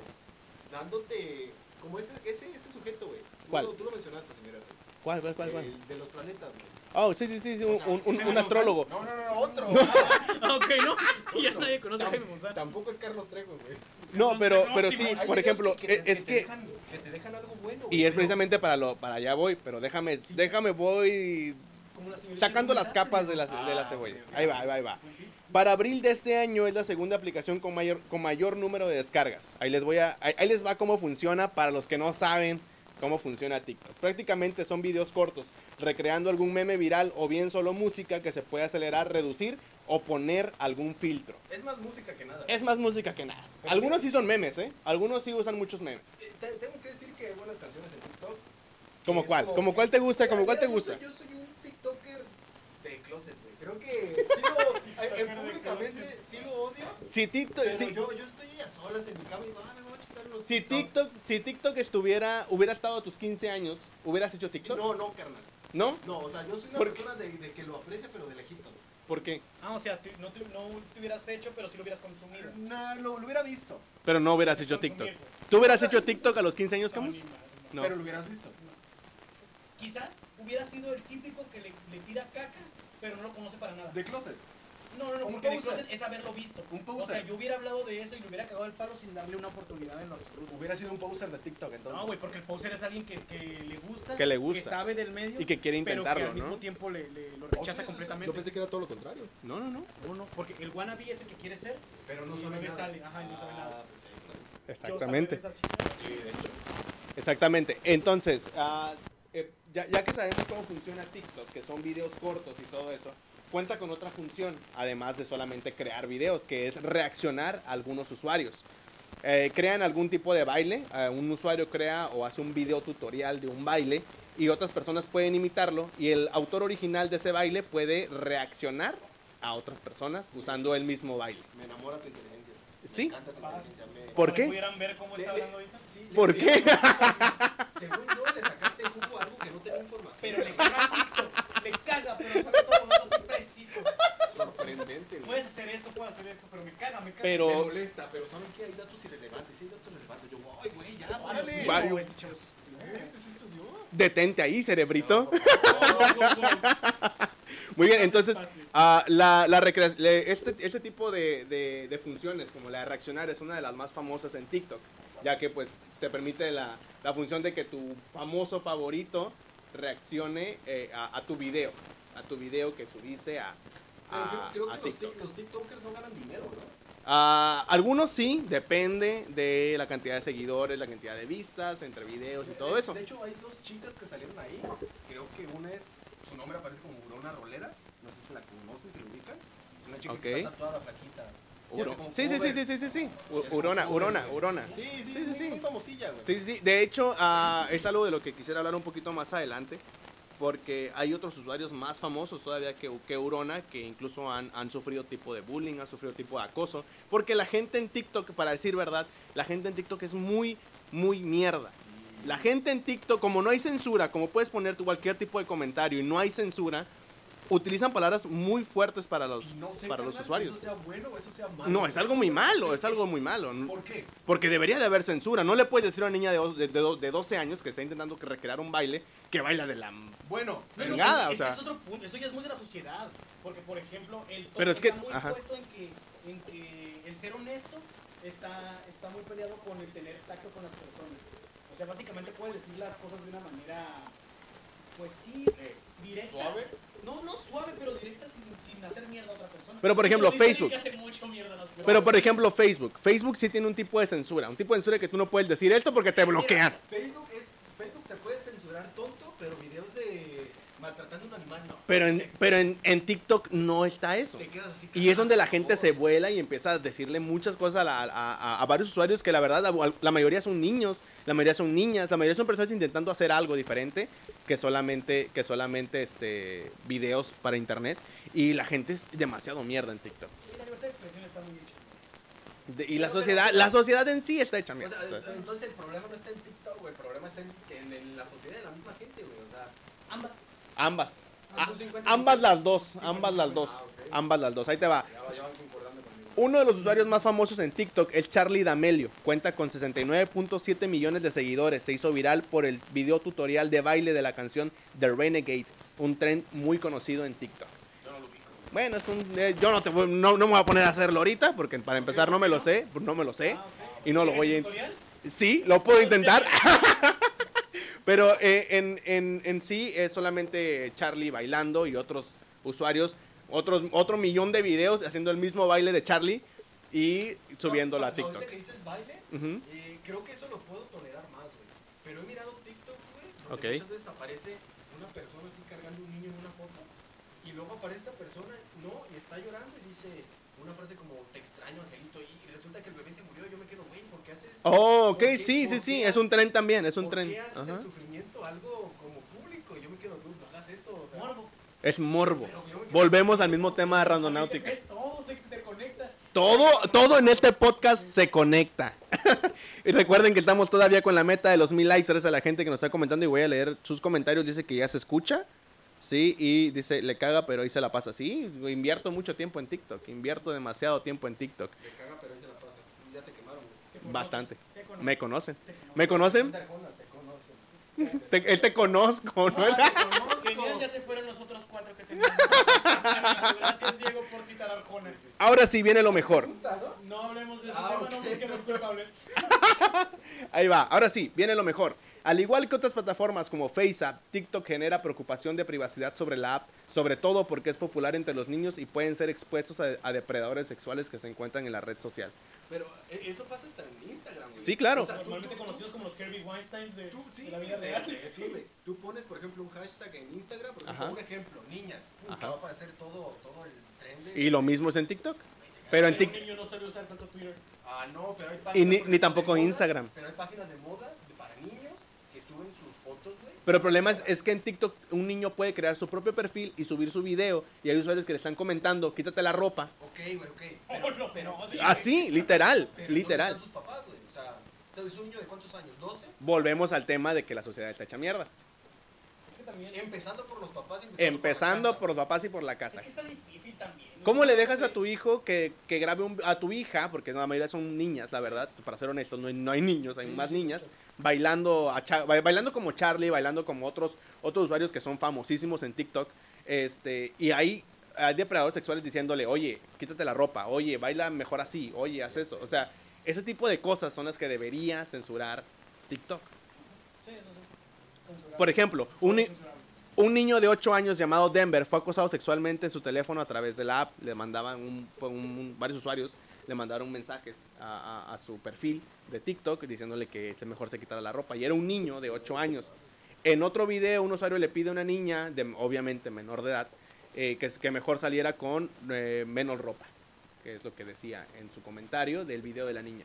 dándote. Como ese, ese, ese sujeto, güey. Tú ¿Cuál? lo- Tú lo mencionaste, señora. güey. ¿Cuál, cuál, cuál? cuál? El de los planetas, güey. Oh, sí, sí, sí, sí, un, sea, un- un- un astrólogo. No, no, no, otro. Ah, ok, ¿no? ya Otro. nadie conoce a Tam- Jaime Monsanto. Tampoco es Carlos Trejo, güey. No, pero, pero Hay sí, Hay por videos ejemplo, e, que- que te- es te que dejan- que te dejan algo bueno, güey, Y es pero- precisamente para lo para allá voy, pero déjame, déjame voy Como la señorita sacando las Yolanda. capas de las de Ah, las cebollas. ok, ok. Ahí va, ahí va, ahí va. Para abril de este año es la segunda aplicación con mayor con mayor número de descargas. Ahí les voy a ahí, ahí les va cómo funciona para los que no saben cómo funciona TikTok. Prácticamente son videos cortos recreando algún meme viral o bien solo música que se puede acelerar, reducir o poner algún filtro. Es más música que nada. Es más música que nada. Algunos sí son memes, ¿eh? Algunos sí usan muchos memes. Eh, te- tengo que decir que hay buenas canciones en TikTok. ¿Como Es cuál? como- ¿Como cuál te gusta? ¿Como Mira, cuál te yo gusta? soy- Yo soy, un TikToker de closet, güey. Creo que sí lo, eh, eh, públicamente sí lo odio. Si TikTok, Pero si- yo, yo estoy a solas en mi cama y digo, ah, me voy a chutar unos Si TikTok, si TikTok estuviera, hubiera estado a tus 15 años, ¿hubieras hecho TikTok? No, no, carnal. ¿No? No, o sea, yo soy una ¿Por qué? persona de, de que lo aprecia, pero de lejitos. ¿Por qué? Ah, o sea, tú- no te, no te hubieras hecho, pero sí lo hubieras consumido. No, lo, lo hubiera visto, Pero no hubieras hecho TikTok. ¿Tú hubieras hecho TikTok a los 15 años, Camus? No. pero lo hubieras visto. Quizás hubiera sido el típico que le, le tira caca, pero no lo conoce para nada. De closet. No, no, no, Un porque de poser. closet es haberlo visto. Un O sea, poser. yo hubiera hablado de eso y le hubiera cagado el palo sin darle una oportunidad en lo absoluto. Hubiera sido un poser de TikTok, entonces. No, güey, porque el poser es alguien que, que le gusta, Que le gusta. que sabe del medio Y que quiere intentarlo, pero que al ¿no? mismo tiempo le, le- lo O sea, rechaza eso- completamente. Yo pensé que era todo lo contrario. No, no, no. No, no, porque el wannabe es el que quiere ser. Pero Y no no sabe le nada. sale, ajá, y no sabe Ah, nada. perfecto. Exactamente. Yo sabré de esas chicas. Sí, de hecho. Exactamente. Entonces, ah, eh, ya, ya que sabemos cómo funciona TikTok, que son videos cortos y todo eso, cuenta con otra función, además de solamente crear videos, que es reaccionar a algunos usuarios. Eh, crean algún tipo de baile, eh, un usuario crea o hace un video tutorial de un baile y otras personas pueden imitarlo y el autor original de ese baile puede reaccionar a otras personas usando el mismo baile. Me enamora tu inteligencia. ¿Sí? Me encanta tu inteligencia. me- ¿Por Como qué? pudieran ver cómo está Le- le- hablando ahorita. sí, le- ¿Por le- qué? Según yo, le sacaste jugo a algo que no tenía información. Pero le caga el TikTok. Le caga, pero saca todos los datos precisos. Sorprendente. güey. Puedes hacer esto, puedes hacer esto, pero me caga, me caga. Pero- Me molesta, pero ¿saben qué? Hay datos irrelevantes. Hay datos relevantes. Yo, ay, güey, ya, párale. Va- Varios. Este chavo es estúpido. ¿Este sí estudió? Detente ahí, cerebrito. No, no, no. Muy bien, entonces, Fácil. ah, la, la recrea- le- este, este tipo de, de- de funciones, como la de reaccionar, es una de las más famosas en TikTok, ya que pues te permite la, la función de que tu famoso favorito reaccione eh, a, a tu video, a tu video que subiste a, a, creo a que TikTok. los, TikTokers no ganan dinero, ¿no? Ah, algunos sí, depende de la cantidad de seguidores, la cantidad de vistas, entre videos y todo eso. De hecho, hay dos chicas que salieron ahí. Creo que una es. Su nombre aparece como Urona Rolera. No sé si la conocen, si la ubican. Es una chica que está Ok. tatuada, flaquita. Uro- como Sí, sí, sí, cover. sí, sí, sí, sí. U- Es como Urona, cover, Urona, güey. Urona. Sí, sí, Ah. Sí, sí, sí, es muy- sí. muy famosilla, güey. Sí, sí, sí. De hecho, ah, es algo de lo que quisiera hablar un poquito más adelante, porque hay otros usuarios más famosos todavía que, que Urona, que incluso han, han sufrido tipo de bullying, han sufrido tipo de acoso, porque la gente en TikTok, para decir verdad, la gente en TikTok es muy, muy mierda. La gente en TikTok, como no hay censura, como puedes poner tú cualquier tipo de comentario y no hay censura, utilizan palabras muy fuertes para los, Y no sé, para carnal, los si usuarios. eso sea bueno o eso sea malo. No, es algo muy malo, es algo muy malo. ¿Por qué? Porque debería de haber censura. No le puedes decir a una niña de, dos- de, de do- de 12 años que está intentando que recrear un baile que baila de la... m- Bueno, Pero Chingada, es- o es que sea. es otro punto, eso ya es muy de la sociedad. Porque, por ejemplo, el tono Pero es que- está muy ajá. puesto en que, en que el ser honesto está, está muy peleado con el tener tacto con las personas. O sea, básicamente puedes decir las cosas de una manera, pues sí, Eh, directa. ¿suave? No, no suave, pero directa sin, sin hacer mierda a otra persona. Pero, por ejemplo, Ellos dicen Facebook. que hacen mucho mierda a las personas. Pero, por ejemplo, Facebook. Facebook sí tiene un tipo de censura. Un tipo de censura que tú no puedes decir esto porque te bloquean. Facebook es. Facebook te puede censurar tonto, pero videos de maltratando a un animal no. Pero en, pero en, en TikTok no está eso. Te quedas así. Y es carnal, donde la por gente favor. se vuela y empieza a decirle muchas cosas a, la- a- a- a varios usuarios que la verdad la, la mayoría son niños, la mayoría son niñas, la mayoría son personas intentando hacer algo diferente que solamente, que solamente este, videos para internet. Y la gente es demasiado mierda en TikTok. La libertad de expresión está muy hecha. De- y la Pero, pero, sociedad, pero- la sociedad en sí está hecha O mierda. sea, o sea. entonces el problema no está en TikTok, güey. El problema está en, en- en la sociedad de la misma gente, güey. O sea, Ambas. ambas. Ah, A- son 50, ambas 50. las dos, ambas las dos, Ah, ok. ambas las dos. Ahí te va. ya, va- ya vas concordando conmigo. Uno de los usuarios más famosos en TikTok es Charlie D'Amelio. Cuenta con 69.7 millones de seguidores. Se hizo viral por el video tutorial de baile de la canción The Renegade, un tren muy conocido en TikTok. Bueno, es un, eh, yo no, te voy- no, no me voy a poner a hacerlo ahorita porque para empezar no me lo sé, no me lo sé Ah, y no lo voy a... in- ¿Tutorial? Sí, lo puedo intentar. Pero eh, en, en- en sí es solamente Charlie bailando y otros usuarios, otros, otro millón de videos haciendo el mismo baile de Charlie y subiéndolo a Ahorita TikTok. que dices baile, Ujú. eh, creo que eso lo puedo tolerar más, güey. Pero he mirado TikTok, güey, donde Ok. muchas veces aparece una persona así cargando un niño en una foto y luego aparece esa persona, no, y está llorando y dice una frase como te extraño, angelito, y resulta que el bebé se murió, yo me quedo, güey, ¿por qué haces? Oh, ok, ¿Por qué- sí, sí, por sí, qué es un haces- tren también, es un ¿por tren. qué haces Ajá. el sufrimiento algo como público? Yo me quedo, dude, no hagas eso. o sea, Morbo. Es morbo. pero yo me quedo- Volvemos al mismo tema de Randonáutica. Es todo, se interconecta. Todo, todo en este podcast se conecta. y recuerden que estamos todavía con la meta de los mil likes. Gracias a la gente que nos está comentando y voy a leer sus comentarios. Dice que ya se escucha. Sí, y dice, le caga, pero ahí se la pasa. Sí, invierto mucho tiempo en TikTok. Invierto demasiado tiempo en TikTok. Me caga, pero ahí se la pasa. Ya te quemaron, güey. Te conozco, Bastante. te conozco. Me conocen. ¿Me conocen? Te conocen, te conocen. Te- Ah. él te conozco, ¿no? Genial, ya se fueron los otros cuatro que teníamos. Gracias, Diego, por citar a Arjona. Ahora sí viene lo mejor. No hablemos de ese Ah, tema, no ok. busquemos culpables. Ahí va, ahora sí, viene lo mejor. Al igual que otras plataformas como FaceApp, TikTok genera preocupación de privacidad sobre la app, sobre todo porque es popular entre los niños y pueden ser expuestos a, a depredadores sexuales que se encuentran en la red social. Pero eh, eso pasa hasta en Instagram, güey. Sí, claro. O sea, tú, Normalmente tú- conocidos como los Herbie Weinsteins de, tú- sí, de la vida de- real. de- sí, güey. Tú pones, por ejemplo, un hashtag en Instagram, por ejemplo, Ajá. un ejemplo, niñas. Pum, te Ajá. va a aparecer todo, todo el tren de... Y lo mismo es en TikTok. Pero en Pero un TikTok... niño no sabe usar tanto Twitter. Ah, no, pero hay páginas... Y ni- por ni ejemplo, tampoco de moda, Instagram. Pero hay páginas de moda de- para niños que suben sus fotos, güey. Pero el problema es, es que en TikTok un niño puede crear su propio perfil y subir su video y hay usuarios que le están comentando, quítate la ropa. Ok, güey, ok. Oh, no, pero... no, sí. Así, literal, pero ¿dónde ah, literal. están sus papás, güey? O sea, ¿es un niño de cuántos años? ¿12? Volvemos al tema de que la sociedad está hecha mierda. Es que también. Empezando por los papás. y Empezando por... por los papás y por la casa. Es que está difícil también. ¿Cómo le dejas a tu hijo que, que grabe un- a tu hija? Porque la mayoría son niñas, la verdad. Para ser honestos, no hay, no hay niños, hay más niñas. Bailando, a Cha- ba- bailando como Charlie, bailando como otros, otros usuarios que son famosísimos en TikTok. Este, y hay, hay depredadores sexuales diciéndole, oye, quítate la ropa, oye, baila mejor así, oye, haz eso. O sea, ese tipo de cosas son las que debería censurar TikTok. Sí, eso sí. Censurable. Por ejemplo, un, ni- Censurable. un niño de 8 años llamado Denver fue acosado sexualmente en su teléfono a través de la app. Le mandaban un- pues, un- un- varios usuarios, le mandaron mensajes a, a- a su perfil de TikTok diciéndole que es mejor se quitara la ropa. Y era un niño de 8 años. En otro video, un usuario le pide a una niña, de, obviamente menor de edad, eh, que, que mejor saliera con eh, menos ropa, que es lo que decía en su comentario del video de la niña.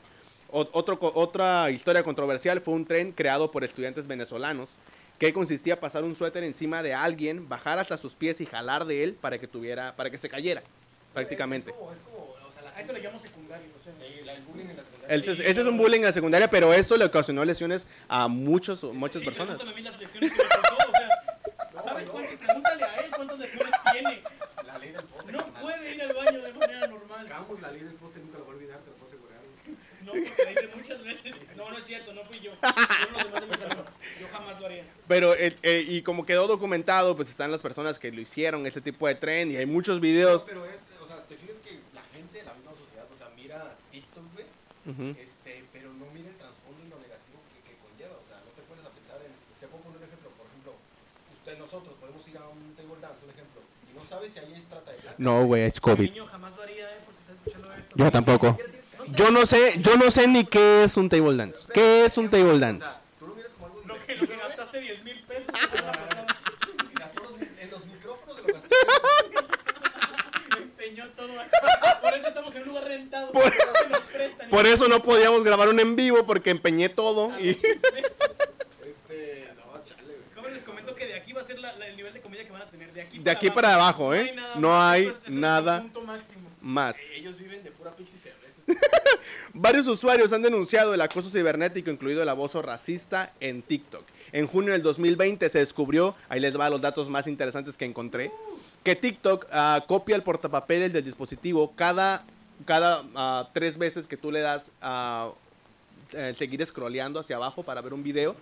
Ot- otro co- otra historia controversial fue un tren creado por estudiantes venezolanos que consistía en pasar un suéter encima de alguien, bajar hasta sus pies y jalar de él para que tuviera, para que se cayera, prácticamente. Es, como, es como, o sea, la A eso le llamo secundario, lo sé. Sí, la- el bullying en la secundaria. Este, es- Sí, este es un bullying en la secundaria, pero esto le ocasionó lesiones a muchos, muchas Y personas. pregúntame a mí las lecciones que me pasó, o sea, ¿sabes cuánto? Pregúntale a él cuántas lecciones tiene. La ley del poste. No carnal. puede ir al baño de manera normal. Camus, la ley del poste nunca lo voy a olvidar, te lo puedo asegurar. No, porque dice muchas veces. No, no es cierto, no fui yo. Fueron los demás de mi salón. Yo jamás lo haría. Pero, eh, eh, y como quedó documentado, pues están las personas que lo hicieron, este tipo de tren, y hay muchos videos. Pero es, o sea, te fijas que la gente, la misma sociedad, o sea, mira TikTok, güey, Ujú. este, pero no mira el trasfondo y lo negativo que, que conlleva. O sea, no te pones a pensar en. Te puedo poner un ejemplo, por ejemplo, usted, nosotros podemos ir a un table dance, un ejemplo, y no sabes si ahí es trata de blancas. No, güey, es Mi COVID. niño jamás lo haría, eh, por si estás escuchando esto. Yo tampoco. Yo no sé, yo no sé ni qué es un table dance. ¿Qué es un table O dance? sea, tú lo miras como algo Lo que, divertido, lo que güey, gastaste 10 mil pesos. la semana pasada. y gastó los mi- en los micrófonos de lo gastó. Empeñó todo acá. Por eso estamos en un lugar rentado. Por eso nos prestan. Por eso no podíamos grabar un en vivo porque empeñé todo. A Y... los seis meses. Este, no, chale, güey. Como les comento que de aquí va a ser la- la- el nivel de comedia que van a tener. De aquí De aquí para abajo, ¿eh? No más. hay Esto es- este es el nada. punto máximo. Más. Eh, Ellos viven de pura pizza y cerveza. Varios usuarios han denunciado el acoso cibernético, incluido el abuso racista en TikTok. En junio del 2020 se descubrió, ahí les va los datos más interesantes que encontré, que TikTok ah, copia el portapapeles del dispositivo cada, cada ah, tres veces que tú le das a eh, seguir scrolleando hacia abajo para ver un video,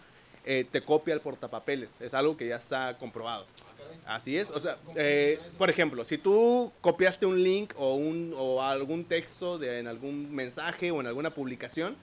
eh, te copia el portapapeles. Es algo que ya está comprobado. Así es, o sea, eh, por ejemplo, si tú copiaste un link o, un, o algún texto de, en algún mensaje o en alguna publicación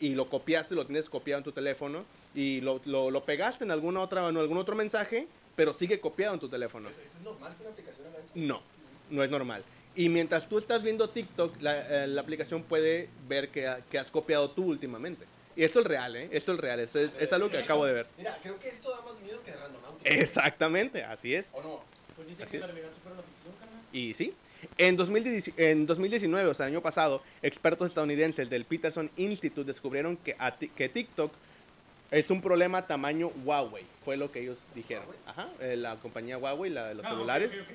y lo copiaste, lo tienes copiado en tu teléfono y lo, lo- lo pegaste en, alguna otra, en algún otro mensaje, pero sigue copiado en tu teléfono. Pues, ¿Es normal que una aplicación haga eso? No, no es normal. Y mientras tú estás viendo TikTok, la, eh, la aplicación puede ver que, ha- que has copiado tú últimamente. Y esto es real, ¿eh? Esto es real, es, es, es algo que acabo de ver. Mira, creo que esto da más miedo que de Randonautica. Exactamente, así es. ¿O no? Pues dice Así que es. la realidad supera la ficción, carnal. Y sí, en, 2010 en 2019, o sea, el año pasado, expertos estadounidenses del Peterson Institute descubrieron que, a ti- que TikTok es un problema tamaño Huawei, fue lo que ellos dijeron. ¿Huawei? Ajá, eh, la compañía Huawei, la de los Ah, celulares. ok, ok, ok.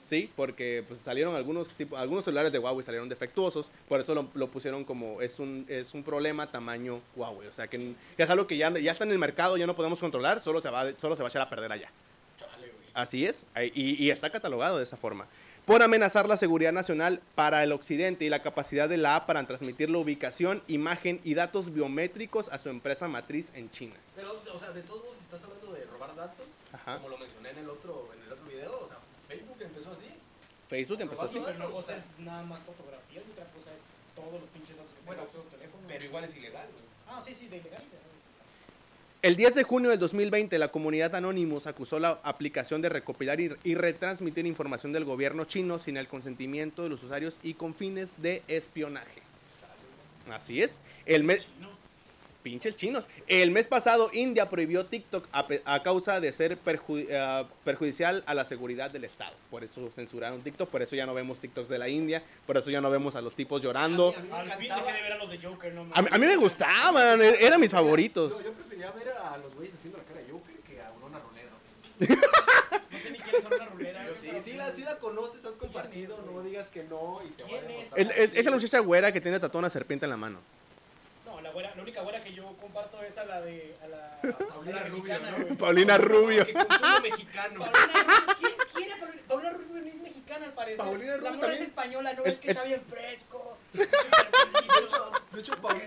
Sí, porque pues, salieron algunos tipo, algunos celulares de Huawei salieron defectuosos, por eso lo, lo pusieron como es un es un problema tamaño Huawei, o sea que, que es algo que ya, ya está en el mercado, ya no podemos controlar, solo se va solo se va a echar a perder allá. Chale, güey. Así es, ahí- y, y está catalogado de esa forma. Por amenazar la seguridad nacional para el occidente y la capacidad de la app para transmitir la ubicación, imagen y datos biométricos a su empresa matriz en China. Pero, o sea, de todos modos, si estás hablando de robar datos, Ajá. como lo mencioné en el otro, en el otro video, o sea, Facebook empezó así. Facebook empezó Pues Sí, así. pero una cosa es nada más fotografías y otra cosa es todos los pinches datos que Bueno, bueno, tengo sobre tu teléfono. Pero igual es ilegal, güey. Ah, sí, sí, de ilegal. El 10 de junio del 2020, la comunidad Anonymous acusó la aplicación de recopilar y, y retransmitir información del gobierno chino sin el consentimiento de los usuarios y con fines de espionaje. Así es. El mes... Pinches chinos. El mes pasado, India prohibió TikTok a, pe- a causa de ser perju- eh, perjudicial a la seguridad del Estado. Por eso censuraron TikTok, por eso ya no vemos TikToks de la India, por eso ya no vemos a los tipos llorando. A mí me Al fin encantaba- dejé de ver a los de Joker, no A, mí- a mí me gustaban, er- eran mis Yo, favoritos. yo preferiría ver a los güeyes haciendo la cara de Joker que a una rolera. güey. No sé ni quiénes son la rulera. güey, Sí, pero sí la, sí la conoces, has compartido, es, güey? no digas que no y te va a ¿Quién es? demostrar. Es, es- es la muchacha güera que tiene tatuada una serpiente en la mano. No, la, güera, la única güera que yo comparto es a la de. A la, Paulina a la Rubio, mexicana, ¿no? güey. Paulina Rubio. Que consume mexicano. Paulina, ¿quién, quién era Paulina? Paulina Rubio no es mexicana al parecer. Paulina Rubio La morra es también. española, no Es- es, que es- está bien fresco. De hecho, de hecho, Paul-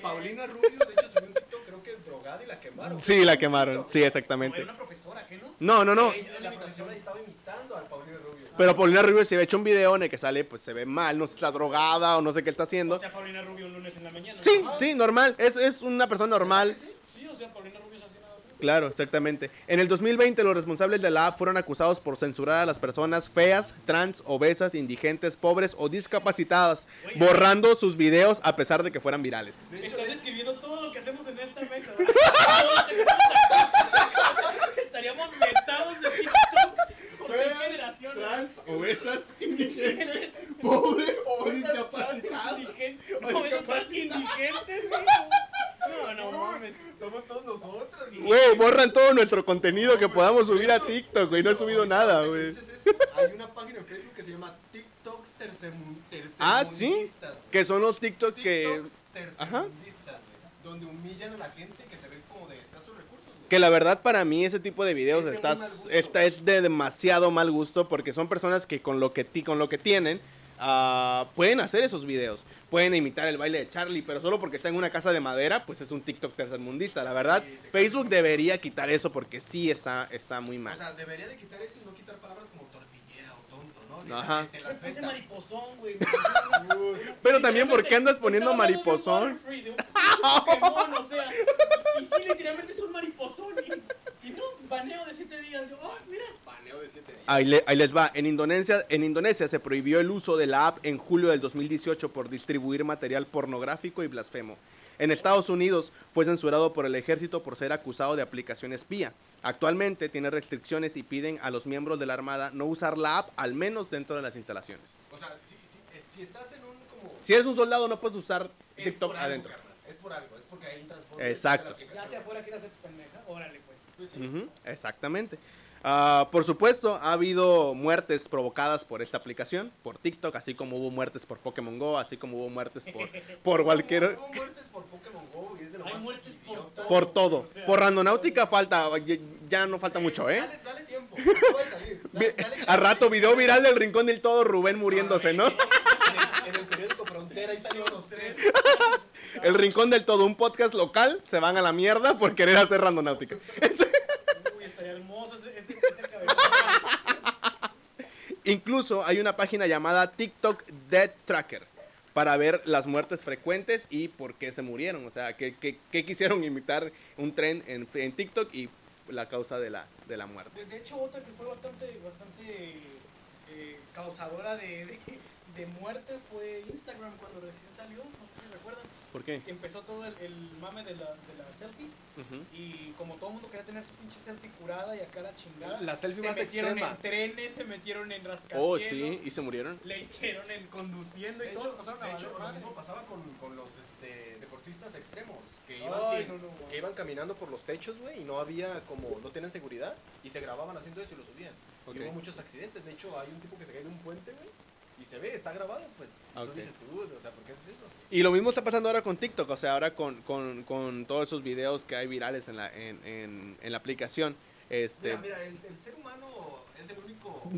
Paulina Rubio, de hecho, subió un TikTok, creo que drogada abogada y la quemaron. Sí, la quemaron. Sí, Era exactamente. una profesora, ¿qué no? No, no, no. Ella- la profesora estaba imitando al Paulino Rubio. Pero Paulina Rubio se había hecho un video en el que sale, pues se ve mal, no sé si está drogada o no sé qué está haciendo. O sea, Paulina Rubio un lunes en la mañana. Sí, ¿no? sí, normal. Es, es una persona normal. Sí, o sea, Paulina Rubio es así nada más. Claro, exactamente. En el 2020 los responsables de la app fueron acusados por censurar a las personas feas, trans, obesas, indigentes, pobres o discapacitadas, borrando sus videos a pesar de que fueran virales. De hecho, Están de- describiendo todo lo que hacemos en esta mesa. ¿verdad? Todo lo que tenemos aquí. Estaríamos metados de TikTok por seis generaciones. trans, obesas, indigentes, pobres o discapacitados. Indigentes. O No, esos discapacitados. más indigentes, güey. No, no mames. somos todos nosotros. Güey, borran todo nuestro contenido que podamos subir a TikTok, güey. No he subido ahorita, nada, ahorita que güey. dices eso, Hay una página en Facebook que se llama TikToks tercermun- tercermundistas. Ah, ¿sí? güey. Que son los TikTok que... TikToks tercermundistas, güey, donde humillan a la gente que se ve como de escasos recursos, güey. Que la verdad para mí ese tipo de videos Es de muy estás- mal gusto. esta es de demasiado mal gusto porque son personas que con lo que, ti- con lo que tienen ah, pueden hacer esos videos. Pueden imitar el baile de Charlie, pero solo porque está en una casa de madera, pues es un TikTok tercermundista. La verdad, Sí, te- Facebook debería quitar eso porque sí está, está muy O mal. sea, debería de quitar eso y no quitar palabras como tortillera o tonto, ¿no? Que Ajá. Te Las las puse meta. mariposón, güey. Pero también, ¿por qué andas Literalmente, poniendo estaba hablando de un mariposón? Butterfree, de un Pokémon, o sea. Y sí, literalmente es un mariposón. Y, y no, baneo de siete días. Yo, oh, mira. Paneo de siete días. Ahí, le- ahí les va. En Indonesia, en Indonesia se prohibió el uso de la app en julio del 2018 por distribuir material pornográfico y blasfemo. En Estados Unidos fue censurado por el ejército por ser acusado de aplicación espía. Actualmente tiene restricciones y piden a los miembros de la Armada no usar la app al menos dentro de las instalaciones. O sea, si, si, eh, si estás en un como... Si eres un soldado no puedes usar es por TikTok algo, adentro. carnal, Es por algo, es porque hay un transporte. Exacto. Ya hacia afuera quieras hacer tu pendeja. Órale, pues. Ujú, exactamente. Ah, por supuesto, ha habido muertes provocadas por esta aplicación, por TikTok, así como hubo muertes por Pokémon Go, así como hubo muertes por, por cualquier... Hubo muertes por Pokémon Go y es de lo Hay más muertes por idiota. Por todo. O sea, Por Randonáutica falta, ya, ya no falta mucho, ¿eh? Dale, dale tiempo. no puede salir. Dale- dale A chance. rato, video viral del Rincón del Todo, Rubén muriéndose, ¿no? En el periódico Frontera ahí salieron los tres. El Rincón del Todo, un podcast local, se van a la mierda por querer hacer Randonáutica. Uy, estaría hermoso ese, ese, ese cabello. Incluso hay una página llamada TikTok Death Tracker para ver las muertes frecuentes y por qué se murieron. O sea, qué, qué- qué quisieron imitar un tren en, en TikTok y la causa de la, de la muerte. Pues de hecho, otra que fue bastante, bastante eh, causadora de, de, de muerte fue Instagram cuando recién salió. No sé si recuerdan. ¿Por qué? Que empezó todo el, el mame de, la, de las selfies. Y como todo el mundo quería tener su pinche selfie curada y acá la chingada. La selfie se más metieron extrema. en trenes, se metieron en rascacielos. Oh, sí, y se murieron. Le hicieron en conduciendo y De todos hecho, pasaron a de valer hecho lo madre. mismo pasaba con, con los este, deportistas extremos que Ay, iban, sin- no, no, güey. que iban caminando por los techos, güey, y no había como, no tenían seguridad y se grababan haciendo eso y lo subían. Ok. Y hubo muchos accidentes. De hecho, hay un tipo que se cae de un puente, güey, y se ve, está grabado, pues. Ah, Entonces ok. dices tú, o sea, ¿por qué haces eso? Y lo mismo está pasando ahora con TikTok, o sea, ahora con, con- con todos esos videos que hay virales en la, en, en- en la aplicación. Este, Mira, mira, el, el ser humano es el único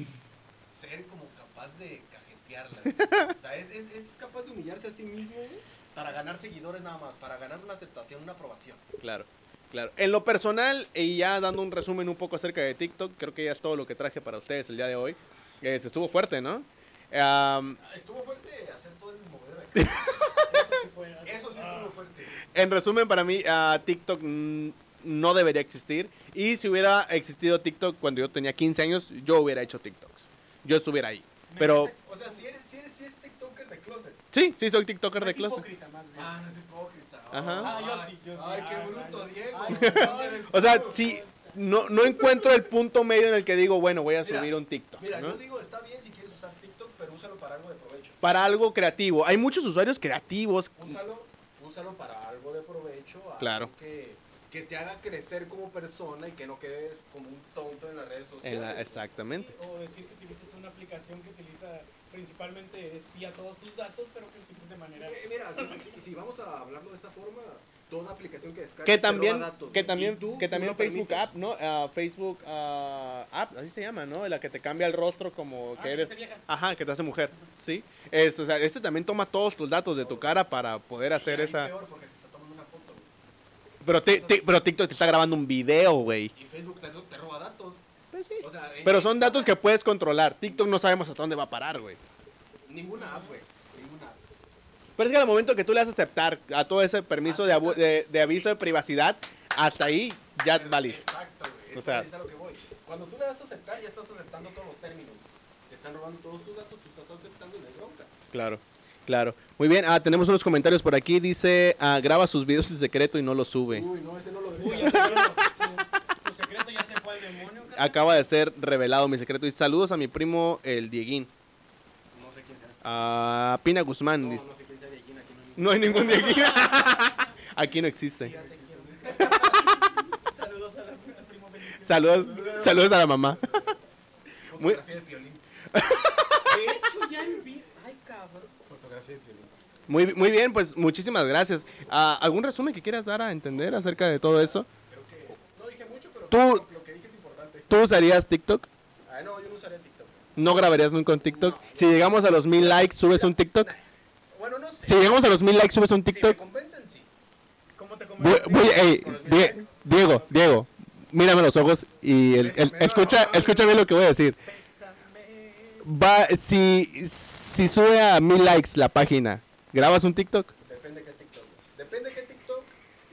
ser como capaz de cajetearla. güey. O sea, es, es- es capaz de humillarse a sí mismo, güey, para ganar seguidores nada más, para ganar una aceptación, una aprobación. Claro, claro. En lo personal, y ya dando un resumen un poco acerca de TikTok, creo que ya es todo lo que traje para ustedes el día de hoy. Eh, se estuvo fuerte, ¿no? Am, Ah, Estuvo fuerte hacer todo el mover de cabeza. Eso sí fue. Eso sí Ah. estuvo fuerte. en resumen, para mí, ah, TikTok mm, no debería existir. Y si hubiera existido TikTok cuando yo tenía 15 años, yo hubiera hecho TikToks. Yo estuviera ahí. Pero O sea, si eres, si eres, si es TikToker de closet. sí, sí, soy TikToker de Es closet. hipócrita, más bien. Ah, no es hipócrita. Oh, Ajá. Ah, yo sí, yo sí. Ay, qué Ay, bruto, ay, Diego. ay, ¿Dónde eres O sea, tú? si no, no encuentro el punto medio en el que digo, bueno, voy a Mira, subir un TikTok. Mira, ¿no? yo digo, está bien si quieres usar TikTok, pero úsalo para algo de provecho. Para algo creativo. Hay muchos usuarios creativos úsalo, úsalo para algo de provecho, algo Claro. que, que te haga crecer como persona y que no quedes como un tonto en las redes sociales. En la- güey. exactamente. Sí, o decir que utilices una aplicación que utiliza principalmente espía todos tus datos, pero que utilices de manera. Eh, Mira, si, si- si vamos a hablarlo de esa forma, toda aplicación que descargues que te roba también datos, que güey. también Y tú que también no Facebook permites. app no Ah, Facebook ah, app así se llama no la que te cambia el rostro como Ah, que que eres te vieja. ajá que te hace mujer sí es, o sea este también toma todos tus datos de tu cara para poder hacer Y esa peor porque te está tomando una foto. güey. Pero, ti- ti- pero TikTok te está grabando un video, güey. Y Facebook te, te roba datos. Pues sí. O sea, Eh, en- Pero son datos que puedes controlar. TikTok no sabemos hasta dónde va a parar, güey. Ninguna app, güey. Ninguna app. Pero es que al momento que tú le das aceptar a todo ese Ah, permiso de, abu- de- de aviso de privacidad, hasta ahí ya Pero- valís. Exacto, güey. O O sea- sea, es a lo que voy. Cuando tú le das a aceptar, ya estás aceptando todos los términos. Te están robando todos tus datos, tú estás aceptando y no hay bronca. Claro, claro. Muy bien, ah, tenemos unos comentarios por aquí. Dice, ah, graba sus videos en secreto y no los sube. Uy, no, ese no lo Uy, vi. ya te digo, tu, tu secreto ya se fue al Ah. demonio, carnal. Acaba de ser revelado mi secreto. Y saludos a mi primo, el Dieguín. No sé quién será. A Pina Guzmán. No, dice. no sé quién sea de aquí, aquí no hay No hay ningún Dieguín. Aquí no existe. Ya te quiero. Saludos a la- al primo Benicio. Saludos, saludos a la mamá. Muy- Fotografía de violín. De hecho, ya en vi. Ay, cabrón. Fotografía de violín. Muy, muy bien, pues muchísimas gracias. Ah, ¿Algún resumen que quieras dar a entender acerca de todo eso? Creo que no dije mucho, pero Tú- lo que dije es importante. ¿Tú usarías TikTok? Ah, no, yo no usaría TikTok. ¿No grabarías nunca un TikTok? Si llegamos a los mil likes, ¿subes un TikTok? Bueno, no sé. Si llegamos a los mil likes, ¿subes un Si me TikTok? convencen, sí. ¿Cómo te Voy- convertiste? voy- ey, Con los mil Die- likes. Diego, Diego, mírame a los ojos y el- el- escucha, escucha bien lo que voy a decir. Bésame. Va, si, si sube a mil likes la página, ¿grabas un TikTok? Depende qué TikTok. güey. Depende qué TikTok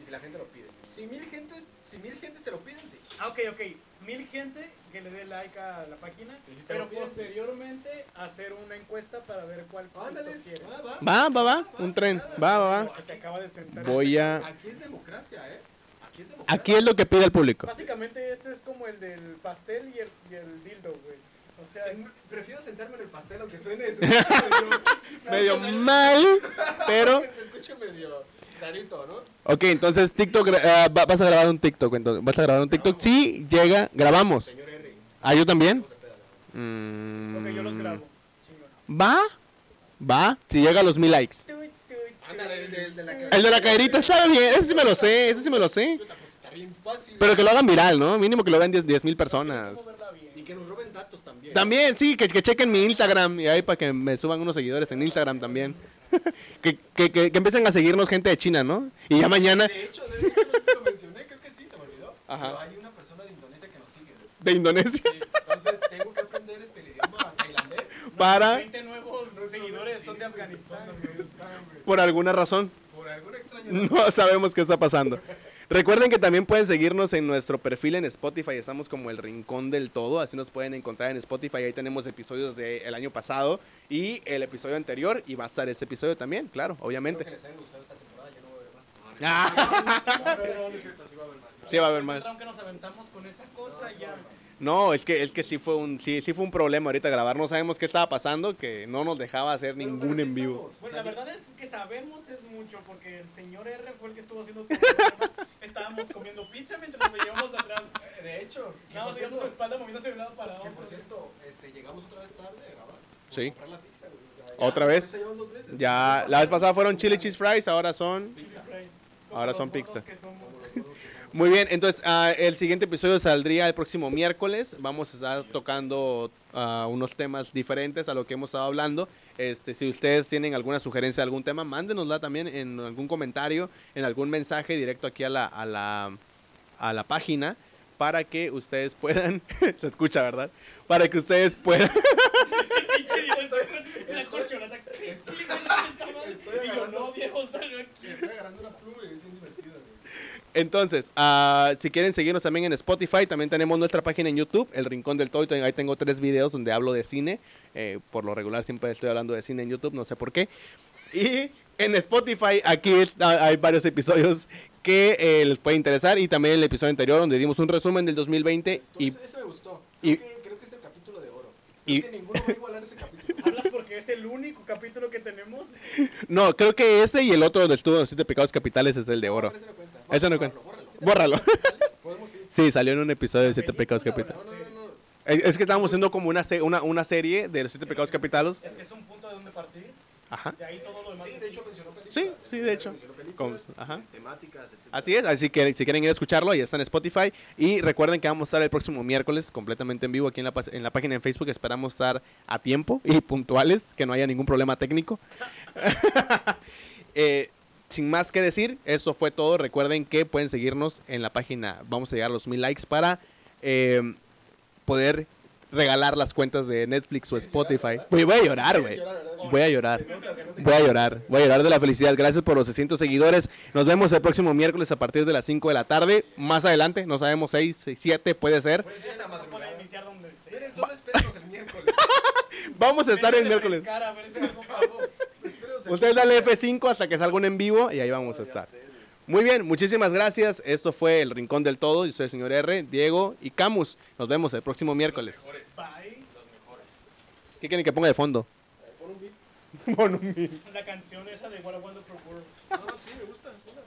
y si la gente lo pide. Si mil gentes, si mil gentes te lo piden, sí. Ah, ok, ok. Mil gente que le dé like a la página, Y si te pero lo piden. posteriormente hacer una encuesta para ver cuál Ándale, Ah. TikTok quiere. va, va. Va, va, va, un tren. Va, va, va. Porque se acaba de sentar. este. Voy a... Aquí es democracia, ¿eh? Aquí es democracia. Aquí es lo que pide el público. Básicamente esto es como el del pastel y el, y el dildo, güey. O sea, Prefiero sentarme en el pastel aunque suene ese. Medio mal, pero... Se escucha medio rarito, ¿no? Ok, entonces TikTok, gra- eh, va- vas a grabar un TikTok, entonces, vas a grabar un TikTok. Sí, llega, grabamos. Señor R. ¿Ah, yo también? ok, yo los Mm, grabo. Chingón. Va, va, si llega a los mil likes. Tui, tui, Ándale, el de, el de la El de la caerita está bien, ese sí me lo sé, ese sí me lo sé. Puta, pues está bien fácil. Pero que lo hagan viral, ¿no? Mínimo que lo vean 10 10 mil tui. personas. ¿Cómo verla bien? Y que nos roben datos también. También, sí, que, que chequen mi Instagram y ahí para que me suban unos seguidores en Instagram también. que, que, que, que empiecen a seguirnos gente de China, ¿no? Y ya mañana De hecho, de hecho, no sé si lo mencioné, creo que sí, se me olvidó. Ajá. Pero hay una persona de Indonesia que nos sigue. güey. de Indonesia Sí, entonces tengo que aprender este el idioma tailandés. para, 20 nuevos seguidores son de Afganistán. Son de Afganistán, güey. por alguna razón, Por alguna extraña razón. no sabemos qué está pasando. Recuerden que también pueden seguirnos en nuestro perfil en Spotify, estamos como el Rincón del Todo, así nos pueden encontrar en Spotify, ahí tenemos episodios del año pasado y el episodio anterior y va a estar ese episodio también, claro, Espero obviamente. que les haya gustado esta temporada, ya no voy a ver más. No, no, No, Ah, no, no, no es cierto, sí va a haber más. sí va a haber más. Aunque nos aventamos con esa cosa ya. No, es que es que sí fue un sí sí fue un problema ahorita grabar, no sabemos qué estaba pasando, que no nos dejaba hacer ningún en vivo. Bueno, la verdad es que sabemos es mucho porque el señor R fue el que estuvo haciendo todos los programas. Estábamos comiendo pizza mientras lo llevamos atrás. De hecho, que Nada por más veíamos su cierto, espalda moviéndose de un lado para que otro. por cierto, este, llegamos otra vez tarde a grabar. por Sí. comprar la pizza, güey. O sea, ¿Otra ya, vez? esta llevan dos veces. Ya la vez pasada fueron chili cheese fries, ahora son Chili fries. Como Ahora los son gordos pizza. que somos. Muy bien, entonces ah, el siguiente episodio saldría el próximo miércoles. Vamos a estar tocando ah, unos temas diferentes a lo que hemos estado hablando. Este, si ustedes tienen alguna sugerencia de algún tema, mándenosla también en algún comentario, en algún mensaje directo aquí a la, a la, a la página para que ustedes puedan, se escucha, ¿verdad? Para que ustedes puedan, Pinche Diego, estoy- la corcholata. Chili fries, esta madre. Estoy Y yo, agarrando- no, Diego, salió aquí. Estoy agarrando una pluma y es bien divertido, güey. Entonces, ah, si quieren seguirnos también en Spotify, también tenemos nuestra página en YouTube, El Rincón del Toy. Ahí tengo tres videos donde hablo de cine. Eh, por lo regular siempre estoy hablando de cine en YouTube, no sé por qué. Y en Spotify aquí está- hay varios episodios que eh, les puede interesar. Y también el episodio anterior donde dimos un resumen del 2020. Estuvo- Y ese, ese me gustó. Creo, y- que, creo que es el capítulo de oro. Creo y- que ninguno va a igualar ese capítulo. Hablas porque es el único capítulo que tenemos. no, creo que ese y el otro donde estuvo en los siete pecados capitales es el de oro. Pero ese no cuenta. Ese no Bórralo, bórralo. Bórralo. Podemos ir. Sí, salió en un episodio de siete película pecados o la capitales. Eh, No, no, no, no. Es es que estábamos haciendo como una, se- una, una serie de los siete pecados capitales. Es que es un punto de donde partir. Ajá. De ahí todo lo demás. Sí, es- de hecho mencionó películas. Sí, sí, de hecho. Mencionó Como- películas, ajá. temáticas, etcétera. Así es, así que si quieren ir a escucharlo, ahí está en Spotify. Y recuerden que vamos a estar el próximo miércoles completamente en vivo aquí en la, pas- en la página en Facebook. Esperamos estar a tiempo y puntuales, que no haya ningún problema técnico. Eh, sin más que decir, eso fue todo. Recuerden que pueden seguirnos en la página. Vamos a llegar a los mil likes para eh, poder regalar las cuentas de Netflix o Spotify. Güey, voy a llorar, güey. Voy a llorar. Voy a llorar. Voy a llorar de la felicidad. Gracias por los 600 seguidores. Nos vemos el próximo miércoles a partir de las 5 de la tarde. Más adelante, no sabemos, 6, 6 7 puede ser. Puede ser en la Para madrugada. iniciar donde sea. Miren, solo espérenos el miércoles. Vamos a estar el miércoles. Refrescar, a ver si algo pasa. Cabo, espérenos el Ustedes dale F5 hasta que salga un en vivo y ahí vamos a miércoles. estar. Muy bien, muchísimas gracias. Esto fue El Rincón del Todo. Yo soy el señor R, Diego y Camus. Nos vemos el próximo miércoles. Bye. ¿Qué quieren que ponga de fondo? Eh, Pon un beat. La canción esa de What a Wonderful World. No, sí, me gusta. suena.